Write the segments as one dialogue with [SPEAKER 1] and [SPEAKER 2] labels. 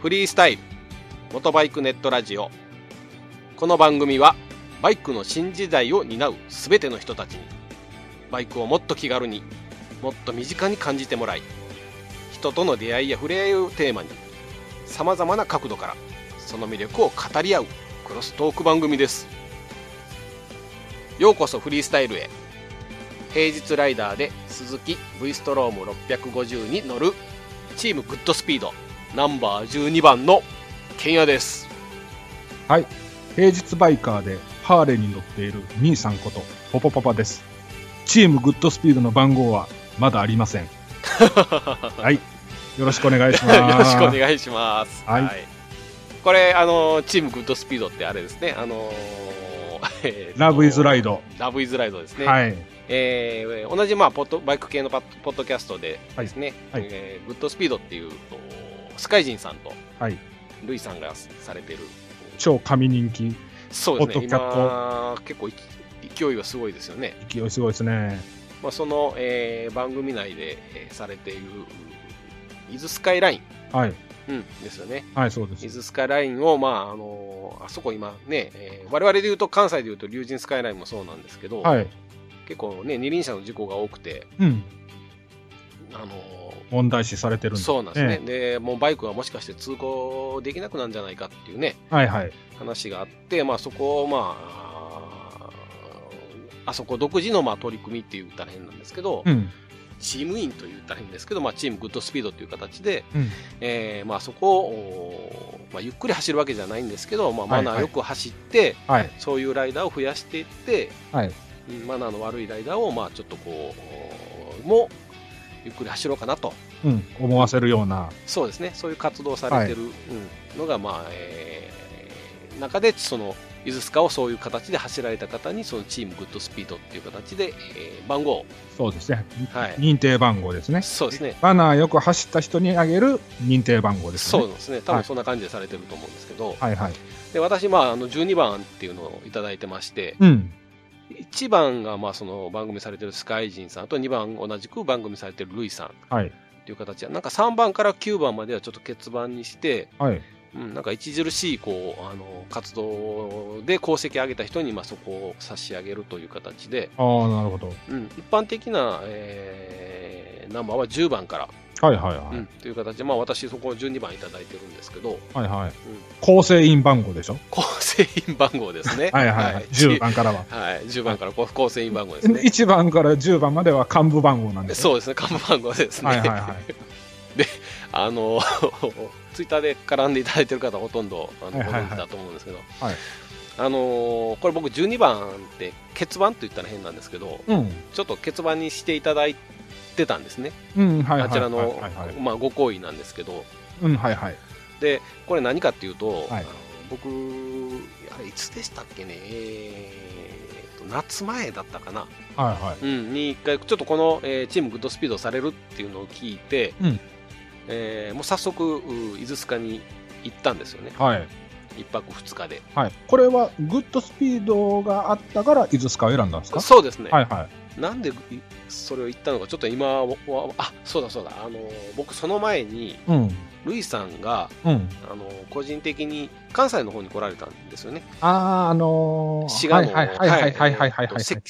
[SPEAKER 1] フリースタイル元バイクネットラジオこの番組はバイクの新時代を担う全ての人たちにバイクをもっと気軽にもっと身近に感じてもらい人との出会いや触れ合いをテーマにさまざまな角度からその魅力を語り合うクロストーク番組ですようこそフリースタイルへ平日ライダーで鈴木 V ストローム650に乗るチームグッドスピードナンバー12番のケンヤです
[SPEAKER 2] はい。平日バイカーでハーレーに乗っている兄さんことポポパパです。チームグッドスピードの番号はまだあり ません。はい。よろしくお願いします。
[SPEAKER 1] よろしくお願いします。
[SPEAKER 2] はい
[SPEAKER 1] これ、あのーチームグッドスピードってあれですね。あのー えーと
[SPEAKER 2] ラブイズライド。
[SPEAKER 1] ラブイズライドですね。
[SPEAKER 2] はい。
[SPEAKER 1] えー同じ、まあ、ポッドバイク系のパッポッドキャストでですね、
[SPEAKER 2] はいはい
[SPEAKER 1] えーグッドスピードっていうと、スカイジンさんと
[SPEAKER 2] はい。
[SPEAKER 1] ルイさんがされてる。
[SPEAKER 2] 超神人気。
[SPEAKER 1] そうですね。
[SPEAKER 2] ポッドキャスト
[SPEAKER 1] 今、結構い勢いはすごいですよね。
[SPEAKER 2] 勢いすごいですね。
[SPEAKER 1] まあ、その、えー番組内で、えーされている、イズスカイライン、
[SPEAKER 2] はい。
[SPEAKER 1] うん、ですよね。
[SPEAKER 2] はい、そうで
[SPEAKER 1] 伊
[SPEAKER 2] す。
[SPEAKER 1] 豆スカイラインを、まああのあそこ今ね、えー我々で言うと関西で言うと龍神スカイラインもそうなんですけど、
[SPEAKER 2] はい。
[SPEAKER 1] 結構ね二輪車の事故が多くて、
[SPEAKER 2] うん。
[SPEAKER 1] あの
[SPEAKER 2] 問題視されてるんで
[SPEAKER 1] そうなんですね、。でもうバイクがもしかして通行できなくなるんじゃないかっていうね
[SPEAKER 2] ええはいはい。
[SPEAKER 1] 話があって、まあ、そこをまああそこ独自のまあ取り組みって言ったら変なんですけど、
[SPEAKER 2] うん。
[SPEAKER 1] チームインと言ったら変ですけど、まあ、チームグッドスピードという形で、
[SPEAKER 2] うん。
[SPEAKER 1] えーまあ、そこを、おーまあ、ゆっくり走るわけじゃないんですけど、まあ、
[SPEAKER 2] は
[SPEAKER 1] マ
[SPEAKER 2] いはい
[SPEAKER 1] ナーよく走って、
[SPEAKER 2] はい。
[SPEAKER 1] そういうライダーを増やしていって、
[SPEAKER 2] はい。
[SPEAKER 1] うんマナーの悪いライダーを、まあ、ちょっとこう、もうゆっくり走ろうかなと、
[SPEAKER 2] うん。思わせるような。
[SPEAKER 1] そうですね、そういう活動をされてる、うんのが、まあ、えー中で、その、イズスカをそういう形で走られた方に、そのチームグッドスピードっていう形で、えー番号を、
[SPEAKER 2] そうですね。
[SPEAKER 1] はい
[SPEAKER 2] 認定番号ですね。
[SPEAKER 1] そうですね、
[SPEAKER 2] マナーよく走った人にあげる認定番号ですね。
[SPEAKER 1] そうですね、多
[SPEAKER 2] はい
[SPEAKER 1] 分そんな感じでされてると思うんですけど、
[SPEAKER 2] はいはい。
[SPEAKER 1] で私、まあ、あの12番っていうのをいただいてまして、
[SPEAKER 2] うん。
[SPEAKER 1] 1番がまあその番組されてるスカイジンさんと2番同じく番組されてるルイさん
[SPEAKER 2] はい。
[SPEAKER 1] っていう形でなんか3番から9番まではちょっと欠番にして、
[SPEAKER 2] はい。
[SPEAKER 1] うん、なんか著しいこうあの活動で功績を上げた人にまあそこを差し上げるという形で、
[SPEAKER 2] ああ、なるほど。
[SPEAKER 1] うん、一般的な、えーナンバーは10番から、
[SPEAKER 2] はいはいはい。
[SPEAKER 1] うん、という形で、まあ、私そこを12番いただいてるんですけど
[SPEAKER 2] はいはい。構成員番号でしょ
[SPEAKER 1] 構成員番号ですね
[SPEAKER 2] はいはいはい。10番からは。
[SPEAKER 1] はい、10番からこう構成員番号ですね
[SPEAKER 2] 1番から10番までは幹部番号なんです
[SPEAKER 1] そうですね看板番号ですね、
[SPEAKER 2] はいはいはい。
[SPEAKER 1] あの ツイッターで絡んでいただいてる方ほとんどあのご
[SPEAKER 2] はいはいはい
[SPEAKER 1] 存知だと思うんですけど、
[SPEAKER 2] はい
[SPEAKER 1] あのーこれ僕12番って欠番と言ったら変なんですけど
[SPEAKER 2] うん。
[SPEAKER 1] ちょっと欠番にしていただいてたんですね、
[SPEAKER 2] うん、はいはい。
[SPEAKER 1] あちらの、
[SPEAKER 2] はいはい。
[SPEAKER 1] まあ、ご好意なんですけど
[SPEAKER 2] うん、はいはい。
[SPEAKER 1] でこれ何かっていうと、
[SPEAKER 2] はい
[SPEAKER 1] あの僕あれいつでしたっけねえーと夏前だったかな、
[SPEAKER 2] はいはい。
[SPEAKER 1] うん、に一回ちょっとこの、えーチームグッドスピードをされるっていうのを聞いて、
[SPEAKER 2] うん
[SPEAKER 1] えーもう早速う伊豆スカに行ったんですよね
[SPEAKER 2] はい。
[SPEAKER 1] 1泊2日で
[SPEAKER 2] はい。これは、グッドスピードがあったから、イズスカを選んだんですか
[SPEAKER 1] そうですね、
[SPEAKER 2] はいは
[SPEAKER 1] なんでいそれを言ったのかちょっと今はあそうだそうだあの僕その前に
[SPEAKER 2] い。うん。
[SPEAKER 1] ルイさんが
[SPEAKER 2] うん。
[SPEAKER 1] あの個人的に関西の方に来られたんですよね
[SPEAKER 2] ああ、あのー、
[SPEAKER 1] 滋賀の
[SPEAKER 2] はいはいはいはいはいはいはい
[SPEAKER 1] えーと
[SPEAKER 2] はい。
[SPEAKER 1] 関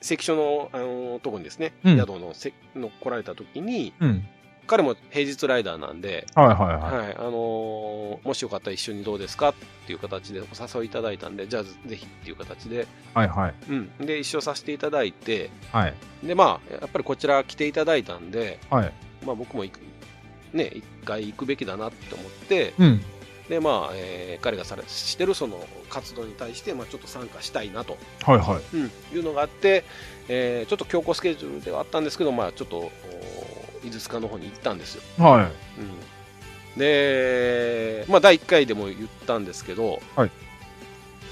[SPEAKER 1] 関所のあのとこにですね、
[SPEAKER 2] うん
[SPEAKER 1] 宿のせの来られた時に
[SPEAKER 2] うん。
[SPEAKER 1] 彼も平日ライダーなんで
[SPEAKER 2] はいはいはい。
[SPEAKER 1] はいあのーもしよかったら一緒にどうですかっていう形でお誘いいただいたんでじゃあぜひっていう形で、
[SPEAKER 2] はいはい。
[SPEAKER 1] うん、で一緒させていただいて
[SPEAKER 2] はい。
[SPEAKER 1] でまあやっぱりこちら来ていただいたんで、
[SPEAKER 2] はい。
[SPEAKER 1] まあ、僕も行くね一回行くべきだなって思って
[SPEAKER 2] うん。
[SPEAKER 1] でまあ、えー彼がされしてるその活動に対して、まあ、ちょっと参加したいなと、
[SPEAKER 2] はいはい。
[SPEAKER 1] うんいうのがあって、えーちょっと強行スケジュールではあったんですけどまあちょっとおー伊豆塚の方に行ったんですよ。
[SPEAKER 2] はい。
[SPEAKER 1] うんで、まあ、第1回でも言ったんですけど、
[SPEAKER 2] はい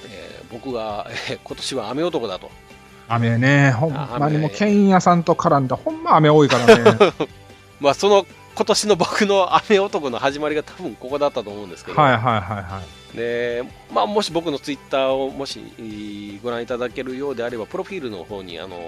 [SPEAKER 1] えー僕が、えー今年は雨男だと、
[SPEAKER 2] 雨ね、ほんまにもう、
[SPEAKER 1] 雨
[SPEAKER 2] ケンヤさんと絡んだ、ほんま雨多 いからね。
[SPEAKER 1] まあ、その今年の僕の雨男の始まりが多分ここだったと思うんですけど、
[SPEAKER 2] はいはいはいはい。
[SPEAKER 1] でまあ、もし僕のツイッターをもしえーご覧いただけるようであれば、プロフィールの方にあの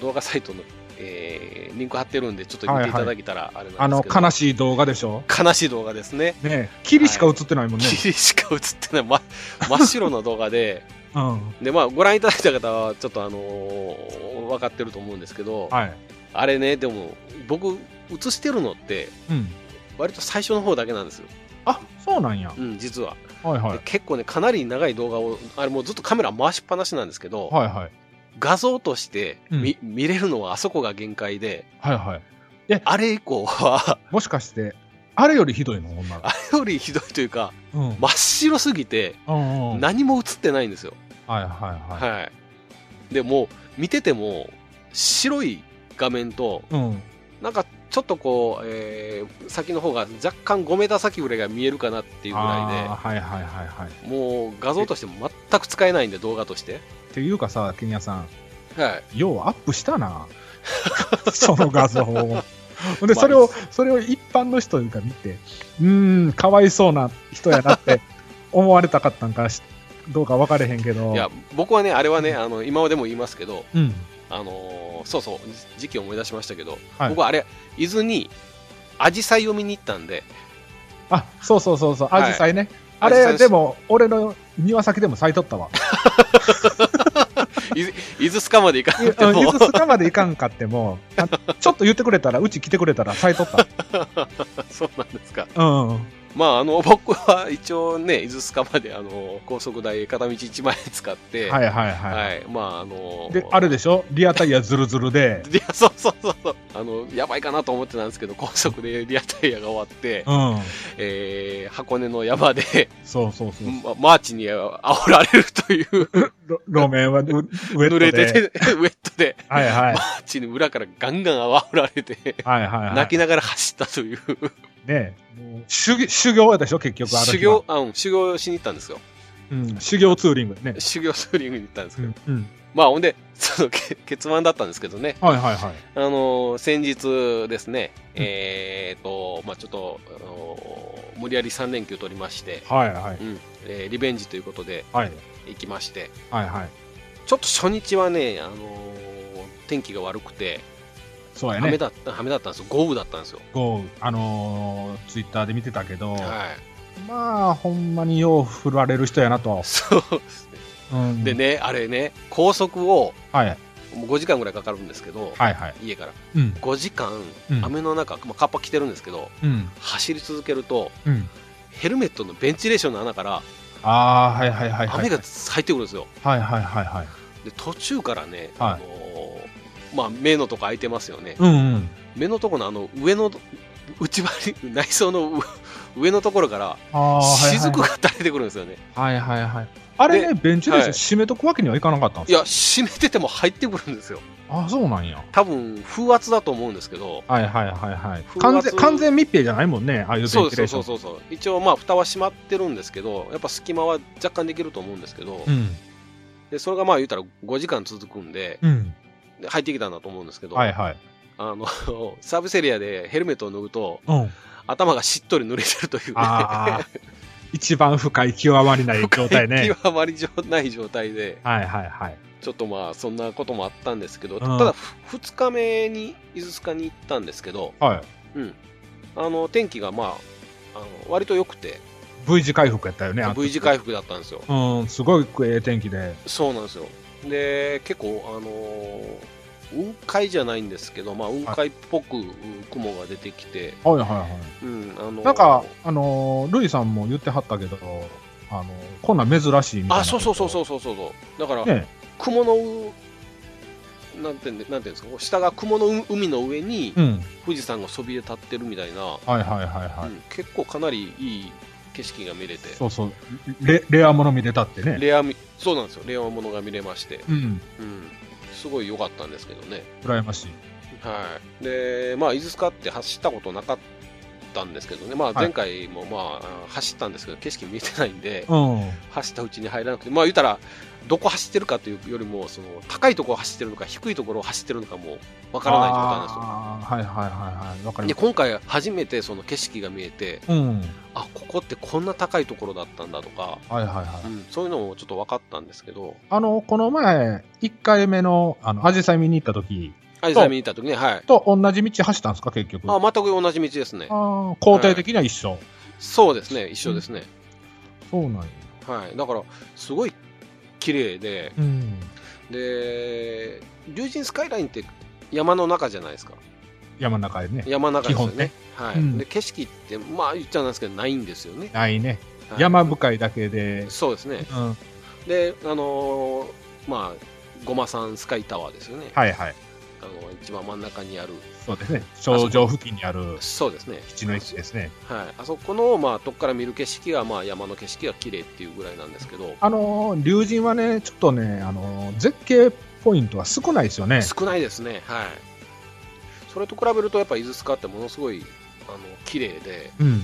[SPEAKER 1] 動画サイトのえーリンク貼ってるんで、ちょっと見ていただけたらあれなんですけど、
[SPEAKER 2] あの、悲しい動画でしょ
[SPEAKER 1] 悲しい動画ですね。
[SPEAKER 2] ね霧しか映ってないもんね。
[SPEAKER 1] 霧 しか映ってない、ま、真っ白の動画で、
[SPEAKER 2] うん。
[SPEAKER 1] で、まあ、ご覧いただいた方は、ちょっとあのー分かってると思うんですけど、
[SPEAKER 2] はい。
[SPEAKER 1] あれね、でも、僕、映してるのって、
[SPEAKER 2] うん。
[SPEAKER 1] 割と最初の方だけなんですよ。
[SPEAKER 2] あ、そうなんや。
[SPEAKER 1] うん、実は。
[SPEAKER 2] はいは
[SPEAKER 1] で
[SPEAKER 2] い。
[SPEAKER 1] 結構ね、かなり長い動画を、あれもうずっとカメラ回しっぱなしなんですけど、
[SPEAKER 2] はいはい。
[SPEAKER 1] 画像として見,、見れるのはあそこが限界で、
[SPEAKER 2] はいはい。
[SPEAKER 1] あれ以降は、
[SPEAKER 2] もしかして、あれよりひどいの女が。
[SPEAKER 1] あれよりひどいというか、
[SPEAKER 2] うん。
[SPEAKER 1] 真っ白すぎて、
[SPEAKER 2] うんうん。はい
[SPEAKER 1] 何も映ってないんですよ。
[SPEAKER 2] はいは
[SPEAKER 1] はい。でもう、見てても、白い画面と、
[SPEAKER 2] い。うん。
[SPEAKER 1] なんかちょっとこう、えー先の方が若干5メーター先ぐらいが見えるかなっていうぐ
[SPEAKER 2] あ
[SPEAKER 1] ら
[SPEAKER 2] ーはいはいはいはい。
[SPEAKER 1] いで、もう画像としても全く使えないんで、動画として。
[SPEAKER 2] っていうかさ、ケニアさん、
[SPEAKER 1] はい。
[SPEAKER 2] ようアップしたな。 その画像を。で、
[SPEAKER 1] まあ
[SPEAKER 2] それを、それを一般の人が見て、うーん、かわいそうな人や なって思われたかったんかしどうか分かれへんけど。
[SPEAKER 1] いや、僕はね、あれはね、あの今までも言いますけど、
[SPEAKER 2] うん。
[SPEAKER 1] あのーそうそう、じ時期を思い出しましたけど、
[SPEAKER 2] はい
[SPEAKER 1] 僕はあれ、伊豆に、アジサイを見に行ったんで、
[SPEAKER 2] あ、そうそうそうそう、
[SPEAKER 1] はい
[SPEAKER 2] アジサイね。あ
[SPEAKER 1] 紫陽
[SPEAKER 2] れ、
[SPEAKER 1] 花
[SPEAKER 2] でも、俺の庭先でも咲いとっ たわ。
[SPEAKER 1] 伊豆スカまで行か
[SPEAKER 2] い
[SPEAKER 1] な
[SPEAKER 2] や
[SPEAKER 1] くて
[SPEAKER 2] 伊
[SPEAKER 1] も
[SPEAKER 2] 豆、スカまで行かんかっても、あちょっと言ってくれたら、うち来てくれたら咲いとっ
[SPEAKER 1] そうなんですか。
[SPEAKER 2] た。うん。
[SPEAKER 1] まあ、あの、僕は一応ね、伊豆スカまで、あの、高速代片道1万円使って、
[SPEAKER 2] はい
[SPEAKER 1] い。
[SPEAKER 2] はいは
[SPEAKER 1] まあ、あの
[SPEAKER 2] い。で、あれで
[SPEAKER 1] し
[SPEAKER 2] しょリアタイヤズルズルで。
[SPEAKER 1] いや、そうそうそうそう。あの、やばいかなと思ってたんですけど、高速でリアタイヤが終わって、
[SPEAKER 2] うん。
[SPEAKER 1] えー箱根の山で、
[SPEAKER 2] そうそうそう。
[SPEAKER 1] まマーチに煽られるという、
[SPEAKER 2] ろ路面はうウェッ
[SPEAKER 1] 濡
[SPEAKER 2] ト
[SPEAKER 1] れ
[SPEAKER 2] で。
[SPEAKER 1] てて、ウェットで、
[SPEAKER 2] はい はい。
[SPEAKER 1] マーチの裏からガンガン煽られて、
[SPEAKER 2] はいはい、はい。
[SPEAKER 1] 泣きながら走ったという、
[SPEAKER 2] ねもう修行修行でしょ、結局あの日は
[SPEAKER 1] 修行、あうん修行しに行ったんですよ。
[SPEAKER 2] うん。修行ツーリングね。
[SPEAKER 1] 修行ツーリングに行ったんです
[SPEAKER 2] う
[SPEAKER 1] けど、
[SPEAKER 2] ん。うん
[SPEAKER 1] まあ、ほんで、その、け結論だったんですけどね、
[SPEAKER 2] はいはいはい。
[SPEAKER 1] あのー先日ですね、
[SPEAKER 2] うん
[SPEAKER 1] えーと、まあ、ちょっと、あのー無理やり3連休取りまして、
[SPEAKER 2] はいは
[SPEAKER 1] う
[SPEAKER 2] い。
[SPEAKER 1] んえーリベンジということで
[SPEAKER 2] はい
[SPEAKER 1] 行きまして、
[SPEAKER 2] はいはい。
[SPEAKER 1] ちょっと初日はね、あのー天気が悪くて、
[SPEAKER 2] そうや
[SPEAKER 1] 雨
[SPEAKER 2] ね。
[SPEAKER 1] だった、雨だったんですよ、豪雨だったんですよ。
[SPEAKER 2] こう、あのーツイッターで見てたけど、
[SPEAKER 1] はい。
[SPEAKER 2] まあ、ほんまによう振られる人やなと。
[SPEAKER 1] そう。
[SPEAKER 2] うん、
[SPEAKER 1] で。ね、あれね、高速を、
[SPEAKER 2] はいはい
[SPEAKER 1] もう5時間ぐらいかかるんですけど、
[SPEAKER 2] はい。
[SPEAKER 1] 家から
[SPEAKER 2] うん。
[SPEAKER 1] 5時間
[SPEAKER 2] うん
[SPEAKER 1] 雨の中、まあ、カッパ着てるんですけど
[SPEAKER 2] うん。
[SPEAKER 1] 走り続けると
[SPEAKER 2] うん。
[SPEAKER 1] ヘルメットのベンチレーションの穴から
[SPEAKER 2] ああ、はいはいはいはい。
[SPEAKER 1] 雨が入ってくるんですよ、
[SPEAKER 2] はいはいはいはい。
[SPEAKER 1] で途中からね、
[SPEAKER 2] はい
[SPEAKER 1] あのーまあ、目のとこ開いてますよね
[SPEAKER 2] うんうん。
[SPEAKER 1] 目のとこのあの上の内張り内装のう上のところから
[SPEAKER 2] ああ、はい
[SPEAKER 1] 雫が垂れてくるんですよね、
[SPEAKER 2] はいはいはい。あれね、ベンチで
[SPEAKER 1] はい
[SPEAKER 2] 締めとくわけにはいかなかったん
[SPEAKER 1] い
[SPEAKER 2] ですか、
[SPEAKER 1] や閉めてても入ってくるんですよ
[SPEAKER 2] あ、そうなんや。
[SPEAKER 1] 多分風圧だと思うんですけど
[SPEAKER 2] はいはいはいはい。
[SPEAKER 1] 風圧
[SPEAKER 2] 完全完全密閉じゃないもんね、ああいうベンチ
[SPEAKER 1] そう
[SPEAKER 2] レ
[SPEAKER 1] そ
[SPEAKER 2] ー
[SPEAKER 1] う
[SPEAKER 2] シ
[SPEAKER 1] そ
[SPEAKER 2] ョン。
[SPEAKER 1] うそうそう一応まあ蓋は閉まってるんですけどやっぱ隙間は若干できると思うんですけど、
[SPEAKER 2] うん。
[SPEAKER 1] でそれがまあ言うたら5時間続くんで
[SPEAKER 2] うん。
[SPEAKER 1] で入ってきたんだと思うんですけど、
[SPEAKER 2] はいはい。
[SPEAKER 1] あの サービスエリアでヘルメットを脱ぐと
[SPEAKER 2] うん。
[SPEAKER 1] 頭がしっとり濡れてるという、
[SPEAKER 2] ああ、 一番深い極まりない状態ね。
[SPEAKER 1] 気はあまりない状態で
[SPEAKER 2] はいはいはい。
[SPEAKER 1] ちょっとまあそんなこともあったんですけど、
[SPEAKER 2] ん
[SPEAKER 1] ただ2日目に伊豆塚に行ったんですけど
[SPEAKER 2] はい。
[SPEAKER 1] あの天気がまああの割と良くて
[SPEAKER 2] V 字回復やったよね。あの時
[SPEAKER 1] V 字回復だったんですよ
[SPEAKER 2] うん、すごいええ天気で。
[SPEAKER 1] そうなんですよ。で、結構、あのー雲海じゃないんですけど、まあ、雲海っぽくうん雲が出てきて、
[SPEAKER 2] はいはいはい。
[SPEAKER 1] うん、あのー
[SPEAKER 2] なんか、あのールイさんも言ってはったけど、あのーこんなん珍しいみたいな。
[SPEAKER 1] あ、そうそうそうそうそうそうそう。だから、
[SPEAKER 2] ね。
[SPEAKER 1] 雲のう、なんていうんでなんていうんですか、こう下が雲のう海の上に
[SPEAKER 2] うん。
[SPEAKER 1] 富士山がそびえ立ってるみたいな、
[SPEAKER 2] はいはいはいはい。
[SPEAKER 1] うん結構かなりいい景色が見れて、
[SPEAKER 2] そうそう。レレアもの見れたってね。
[SPEAKER 1] レアみ、そうなんですよ、レアものが見れまして、
[SPEAKER 2] うん。
[SPEAKER 1] うん、すごい良かったんですけどね。
[SPEAKER 2] 羨ましい。
[SPEAKER 1] はい、で、まあ、伊豆スカって走ったことなかったんですけどね、まあ、
[SPEAKER 2] はい
[SPEAKER 1] 前回も、まああー走ったんですけど、景色見えてないんで、
[SPEAKER 2] うん。
[SPEAKER 1] 走ったうちに入らなくて、まあ、言ったら、どこ走ってるかというよりも、その高いところを走ってるのか、低いところを走ってるのかもわからない状態なんですよ。
[SPEAKER 2] あーはいはいはいはい。わかり
[SPEAKER 1] で
[SPEAKER 2] ます。
[SPEAKER 1] 今回初めてその景色が見えて
[SPEAKER 2] うん。
[SPEAKER 1] あここってこんな高いところだったんだとか、
[SPEAKER 2] はいはいはい。
[SPEAKER 1] うんそういうのもちょっと分かったんですけど
[SPEAKER 2] あの、この前、1回目の、あの、アジサイ見に行った時、
[SPEAKER 1] アジサイ見に行った時ね、はい。
[SPEAKER 2] と同じ道走ったんですか、結局。
[SPEAKER 1] あ、全く同じ道ですね。
[SPEAKER 2] あー肯定的には一緒。
[SPEAKER 1] そうですね、一緒ですね。
[SPEAKER 2] そうなんや。
[SPEAKER 1] はい。だから、すごい綺麗で、
[SPEAKER 2] うん。
[SPEAKER 1] で、竜神スカイラインって山の中じゃないですか。
[SPEAKER 2] 山の中でね。
[SPEAKER 1] 山の中ですよね。はい、
[SPEAKER 2] うん
[SPEAKER 1] で、景色って、まあ言っちゃなんですけど、ないんですよね。
[SPEAKER 2] ないね。
[SPEAKER 1] はい
[SPEAKER 2] 山深いだけで。
[SPEAKER 1] そうですね。
[SPEAKER 2] うん。はい
[SPEAKER 1] で、あのーまあ、ごまさんスカイタワーですよね。
[SPEAKER 2] はい。
[SPEAKER 1] あの一番真ん中にある。
[SPEAKER 2] そうですね。頂上付近にある
[SPEAKER 1] そうですね。
[SPEAKER 2] 基地の駅ですね。
[SPEAKER 1] はい、あそこの、まあ、とこから見る景色が、まあ、山の景色が綺麗っていうぐらいなんですけど、
[SPEAKER 2] あのー、竜神はね、ちょっとね、あのー、絶景ポイントは少ないですよね。
[SPEAKER 1] 少ないですね、はい、それと比べると、やっぱ伊豆スカってものすごいあの綺麗で、
[SPEAKER 2] うん。
[SPEAKER 1] うん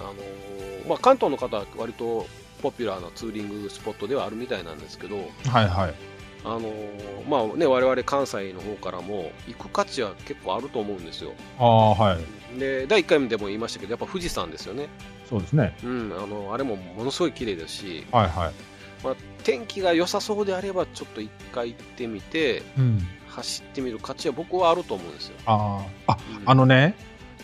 [SPEAKER 1] あのーまあ、関東の方は割とポピュラーなツーリングスポットではあるみたいなんですけど、
[SPEAKER 2] はいはい。
[SPEAKER 1] あのーまあね、我々関西の方からも行く価値は結構あると思うんですよ。
[SPEAKER 2] ああ、はい。
[SPEAKER 1] で第1回目でも言いましたけどやっぱ富士山ですよね、
[SPEAKER 2] そうですね。
[SPEAKER 1] うん、あのあれもものすごい綺麗ですし
[SPEAKER 2] はいはい。
[SPEAKER 1] 天気が良さそうであればちょっと一回行ってみて
[SPEAKER 2] うん。
[SPEAKER 1] 走ってみる価値は僕はあると思うんですよ、
[SPEAKER 2] ああ。あ、
[SPEAKER 1] うん
[SPEAKER 2] あのね、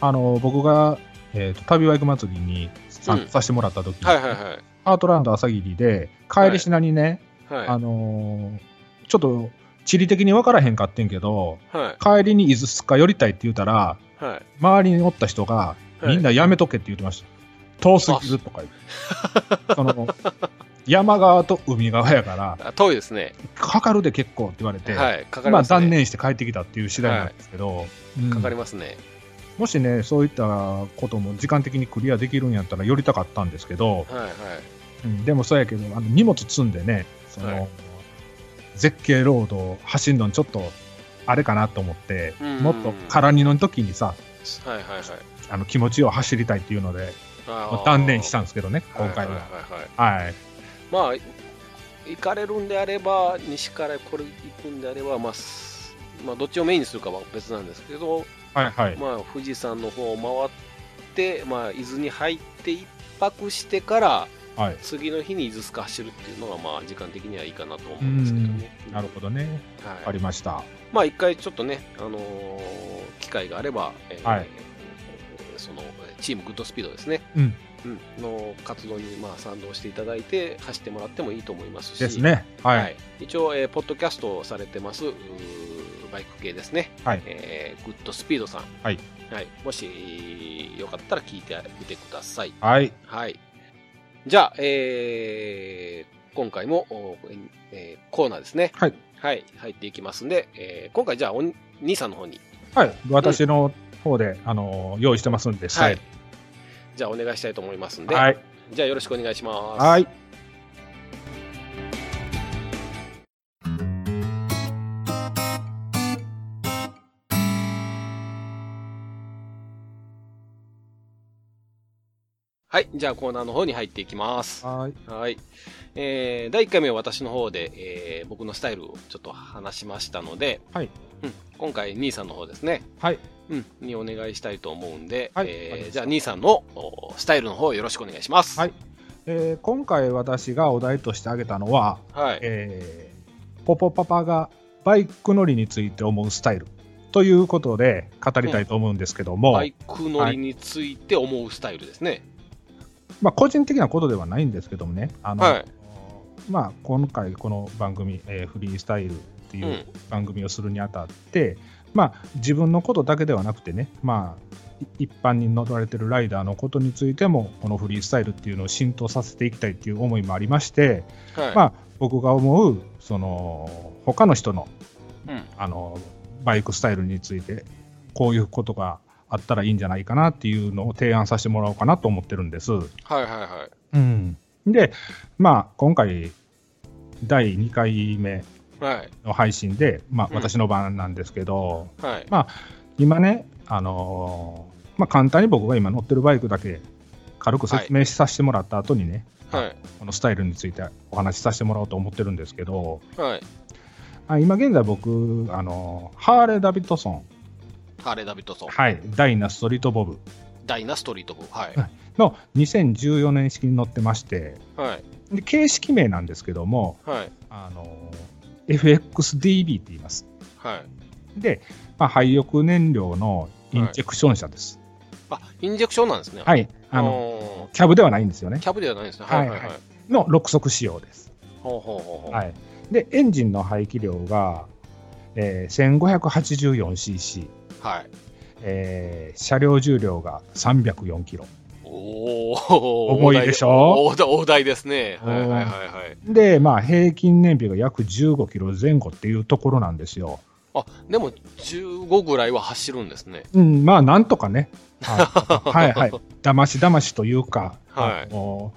[SPEAKER 2] あのー、僕が、えっ、と、旅ワイク祭りに参
[SPEAKER 1] うん
[SPEAKER 2] 加させてもらった時、
[SPEAKER 1] はいはいは
[SPEAKER 2] アートランド朝霧で、帰りしなにね、
[SPEAKER 1] い
[SPEAKER 2] あ
[SPEAKER 1] は
[SPEAKER 2] のーちょっと、地理的に分からへんかってんけど、
[SPEAKER 1] いはい
[SPEAKER 2] 帰りに伊豆スカ寄りたいって言うたら、
[SPEAKER 1] はい
[SPEAKER 2] 周りにおった人が、
[SPEAKER 1] はい
[SPEAKER 2] みんなやめとけって言ってました。遠すぎると か言って。その、山側と海側やから、
[SPEAKER 1] あ遠いですね
[SPEAKER 2] かかるで結構って言われて、
[SPEAKER 1] はいかかり
[SPEAKER 2] まあ
[SPEAKER 1] ますね、
[SPEAKER 2] 断念して帰ってきたっていう次第なんですけど、うん
[SPEAKER 1] かかりますね
[SPEAKER 2] もしね、そういったことも時間的にクリアできるんやったら寄りたかったんですけど、
[SPEAKER 1] はいはい
[SPEAKER 2] うんでもそうやけど、あの荷物積んでね、その、
[SPEAKER 1] はい
[SPEAKER 2] 絶景ロードを走るのにちょっと、あれかなと思って、
[SPEAKER 1] うん
[SPEAKER 2] もっと空荷の時にさ、
[SPEAKER 1] はいはいはい
[SPEAKER 2] あの気持ちを走りたいっていうので、
[SPEAKER 1] あ
[SPEAKER 2] ま
[SPEAKER 1] ー
[SPEAKER 2] あ断念したんですけどね、
[SPEAKER 1] はい
[SPEAKER 2] 今
[SPEAKER 1] はい
[SPEAKER 2] 回
[SPEAKER 1] はい
[SPEAKER 2] は。
[SPEAKER 1] はい
[SPEAKER 2] はい。
[SPEAKER 1] まあ行かれるんであれば西からこれ行くんであればまあすまあ、どっちをメインにするかは別なんですけど、
[SPEAKER 2] はいはい。
[SPEAKER 1] まあ、富士山の方を回って、まあ、伊豆に入って一泊してから
[SPEAKER 2] はい。
[SPEAKER 1] 次の日に伊豆スカ走るっていうのがまあ時間的にはいいかなと思うんですけどね。
[SPEAKER 2] なるほどね。
[SPEAKER 1] ど。
[SPEAKER 2] わ
[SPEAKER 1] は
[SPEAKER 2] か
[SPEAKER 1] い
[SPEAKER 2] り、ました。
[SPEAKER 1] まあ一回ちょっとね、あのー機会があれば、えー
[SPEAKER 2] はい
[SPEAKER 1] そのチームグッドスピードですね、
[SPEAKER 2] うん
[SPEAKER 1] うんの活動にまあ賛同していただいて走ってもらってもいいと思いますし、
[SPEAKER 2] ですね。はい。
[SPEAKER 1] はい一応、えーポッドキャストをされてますうーバイク系ですね、
[SPEAKER 2] はい
[SPEAKER 1] えーグッドスピードさん、
[SPEAKER 2] はい
[SPEAKER 1] もしえーよかったら聞いてみてください。
[SPEAKER 2] はい。
[SPEAKER 1] はい。じゃあ、えー今回も、おえーコーナーですね。
[SPEAKER 2] はい。
[SPEAKER 1] はい、入っていきますんで、えー今回じゃあ、お兄さんの方に、
[SPEAKER 2] はい。私の方で、あのー、用意してますんで、
[SPEAKER 1] は
[SPEAKER 2] はいい。
[SPEAKER 1] じゃあお願いしたいと思いますんで、
[SPEAKER 2] はい。
[SPEAKER 1] じゃあよろしくお願いします。
[SPEAKER 2] はい。
[SPEAKER 1] はい、じゃあコーナーの方に入っていきます。
[SPEAKER 2] はい。
[SPEAKER 1] はい。えー第1回目は私の方で、えー僕のスタイルをちょっと話しましたので、
[SPEAKER 2] はい
[SPEAKER 1] うん、今回、兄さんの方ですね、
[SPEAKER 2] はい。
[SPEAKER 1] うん、にお願いしたいと思うんで、
[SPEAKER 2] はいわかり
[SPEAKER 1] え
[SPEAKER 2] ま
[SPEAKER 1] ー
[SPEAKER 2] した
[SPEAKER 1] じゃあ、兄さんのおスタイルの方よろしくお願いします。
[SPEAKER 2] はいえー今回私がお題として挙げたのは、
[SPEAKER 1] はい。
[SPEAKER 2] えーポポパパがバイク乗りについて思うスタイルということで語りたいと思うんですけども、
[SPEAKER 1] バイク乗りについて思うスタイルですね。
[SPEAKER 2] まあ、個人的なことではないんですけどもねあの、
[SPEAKER 1] はい。
[SPEAKER 2] まあ、今回この番組、えーフリースタイルって
[SPEAKER 1] うん。
[SPEAKER 2] いう番組をするにあたって、まあ、自分のことだけではなくてね、まあ、い一般に乗られてるライダーのことについてもこのフリースタイルっていうのを浸透させていきたいっていう思いもありまして、
[SPEAKER 1] はい。
[SPEAKER 2] まあ、僕が思うその他の人の
[SPEAKER 1] うん。
[SPEAKER 2] あのバイクスタイルについてこういうことがあったらいいんじゃないかなっていうのを提案させてもらおうかなと思ってるんです。
[SPEAKER 1] はいはいはい。
[SPEAKER 2] うん、でまあ今回第2回目
[SPEAKER 1] はい。
[SPEAKER 2] の配信で、まあ、
[SPEAKER 1] うん
[SPEAKER 2] 私の番なんですけど、
[SPEAKER 1] はい。
[SPEAKER 2] 今ね、あのーまあ、簡単に僕が今乗ってるバイクだけ軽く説明させてもらった後にね、
[SPEAKER 1] はい。
[SPEAKER 2] このスタイルについてお話しさせてもらおうと思ってるんですけど
[SPEAKER 1] はい。
[SPEAKER 2] あ今現在僕、あのーハーレー・ダビッドソン、
[SPEAKER 1] ハーレー・ダビッドソン、
[SPEAKER 2] はい、ダイナ・ストリート・ボブ
[SPEAKER 1] ダイナ・ストリート・ボブ。はい。
[SPEAKER 2] はいの2014年式に乗ってまして
[SPEAKER 1] はい。
[SPEAKER 2] で形式名なんですけども、
[SPEAKER 1] はい。
[SPEAKER 2] あのー FXDB って言います。
[SPEAKER 1] はい。
[SPEAKER 2] で、まあ、廃浴燃料のインジェクション車です。
[SPEAKER 1] あ、インジェクションなんですね。。
[SPEAKER 2] はいい。あ
[SPEAKER 1] あ
[SPEAKER 2] の、
[SPEAKER 1] の
[SPEAKER 2] キャブではないんですよね
[SPEAKER 1] キ。ャブではないんですね。はいはい
[SPEAKER 2] は
[SPEAKER 1] はいい
[SPEAKER 2] は。の6速仕様です。
[SPEAKER 1] ほうほうほうほう。
[SPEAKER 2] はい。で、エンジンの排気量が、えー 1584cc、
[SPEAKER 1] はい。
[SPEAKER 2] えー車両重量が304キロ。
[SPEAKER 1] おお。
[SPEAKER 2] 重いでしょ
[SPEAKER 1] 大台大台ですね。はいはいはいはい。
[SPEAKER 2] で、まあ、平均燃費が約15キロ前後っていうところなんですよ。
[SPEAKER 1] あ、でも15ぐらいは走るんですね。
[SPEAKER 2] うん、まあ、なんとかね。 はい、はい、はい。だましだましというか、
[SPEAKER 1] はい
[SPEAKER 2] あの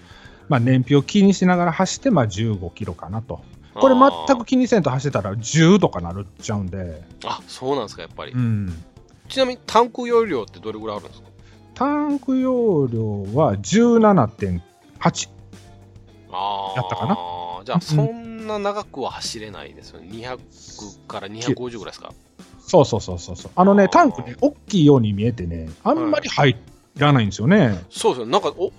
[SPEAKER 2] まあ、燃費を気にしながら走って、まあ、15キロかなと。これ、全く気にせんと走ってたら、10とかなるっちゃうんで、
[SPEAKER 1] あー。あ、そうなんですかやっぱり
[SPEAKER 2] う。ん。
[SPEAKER 1] ちなみにタンク容量ってどれぐらいあるんですか。
[SPEAKER 2] タンク容量は17.8。
[SPEAKER 1] ああ。
[SPEAKER 2] やったかな。
[SPEAKER 1] じゃあそんな長くは走れないですよね。200から250ぐらいですか。
[SPEAKER 2] そうそうそうそうそう。あの
[SPEAKER 1] あ
[SPEAKER 2] ね、
[SPEAKER 1] ー
[SPEAKER 2] タンクね、大きいように見えてね、あんまり入らないんですよね。
[SPEAKER 1] そうですよ。なんかお。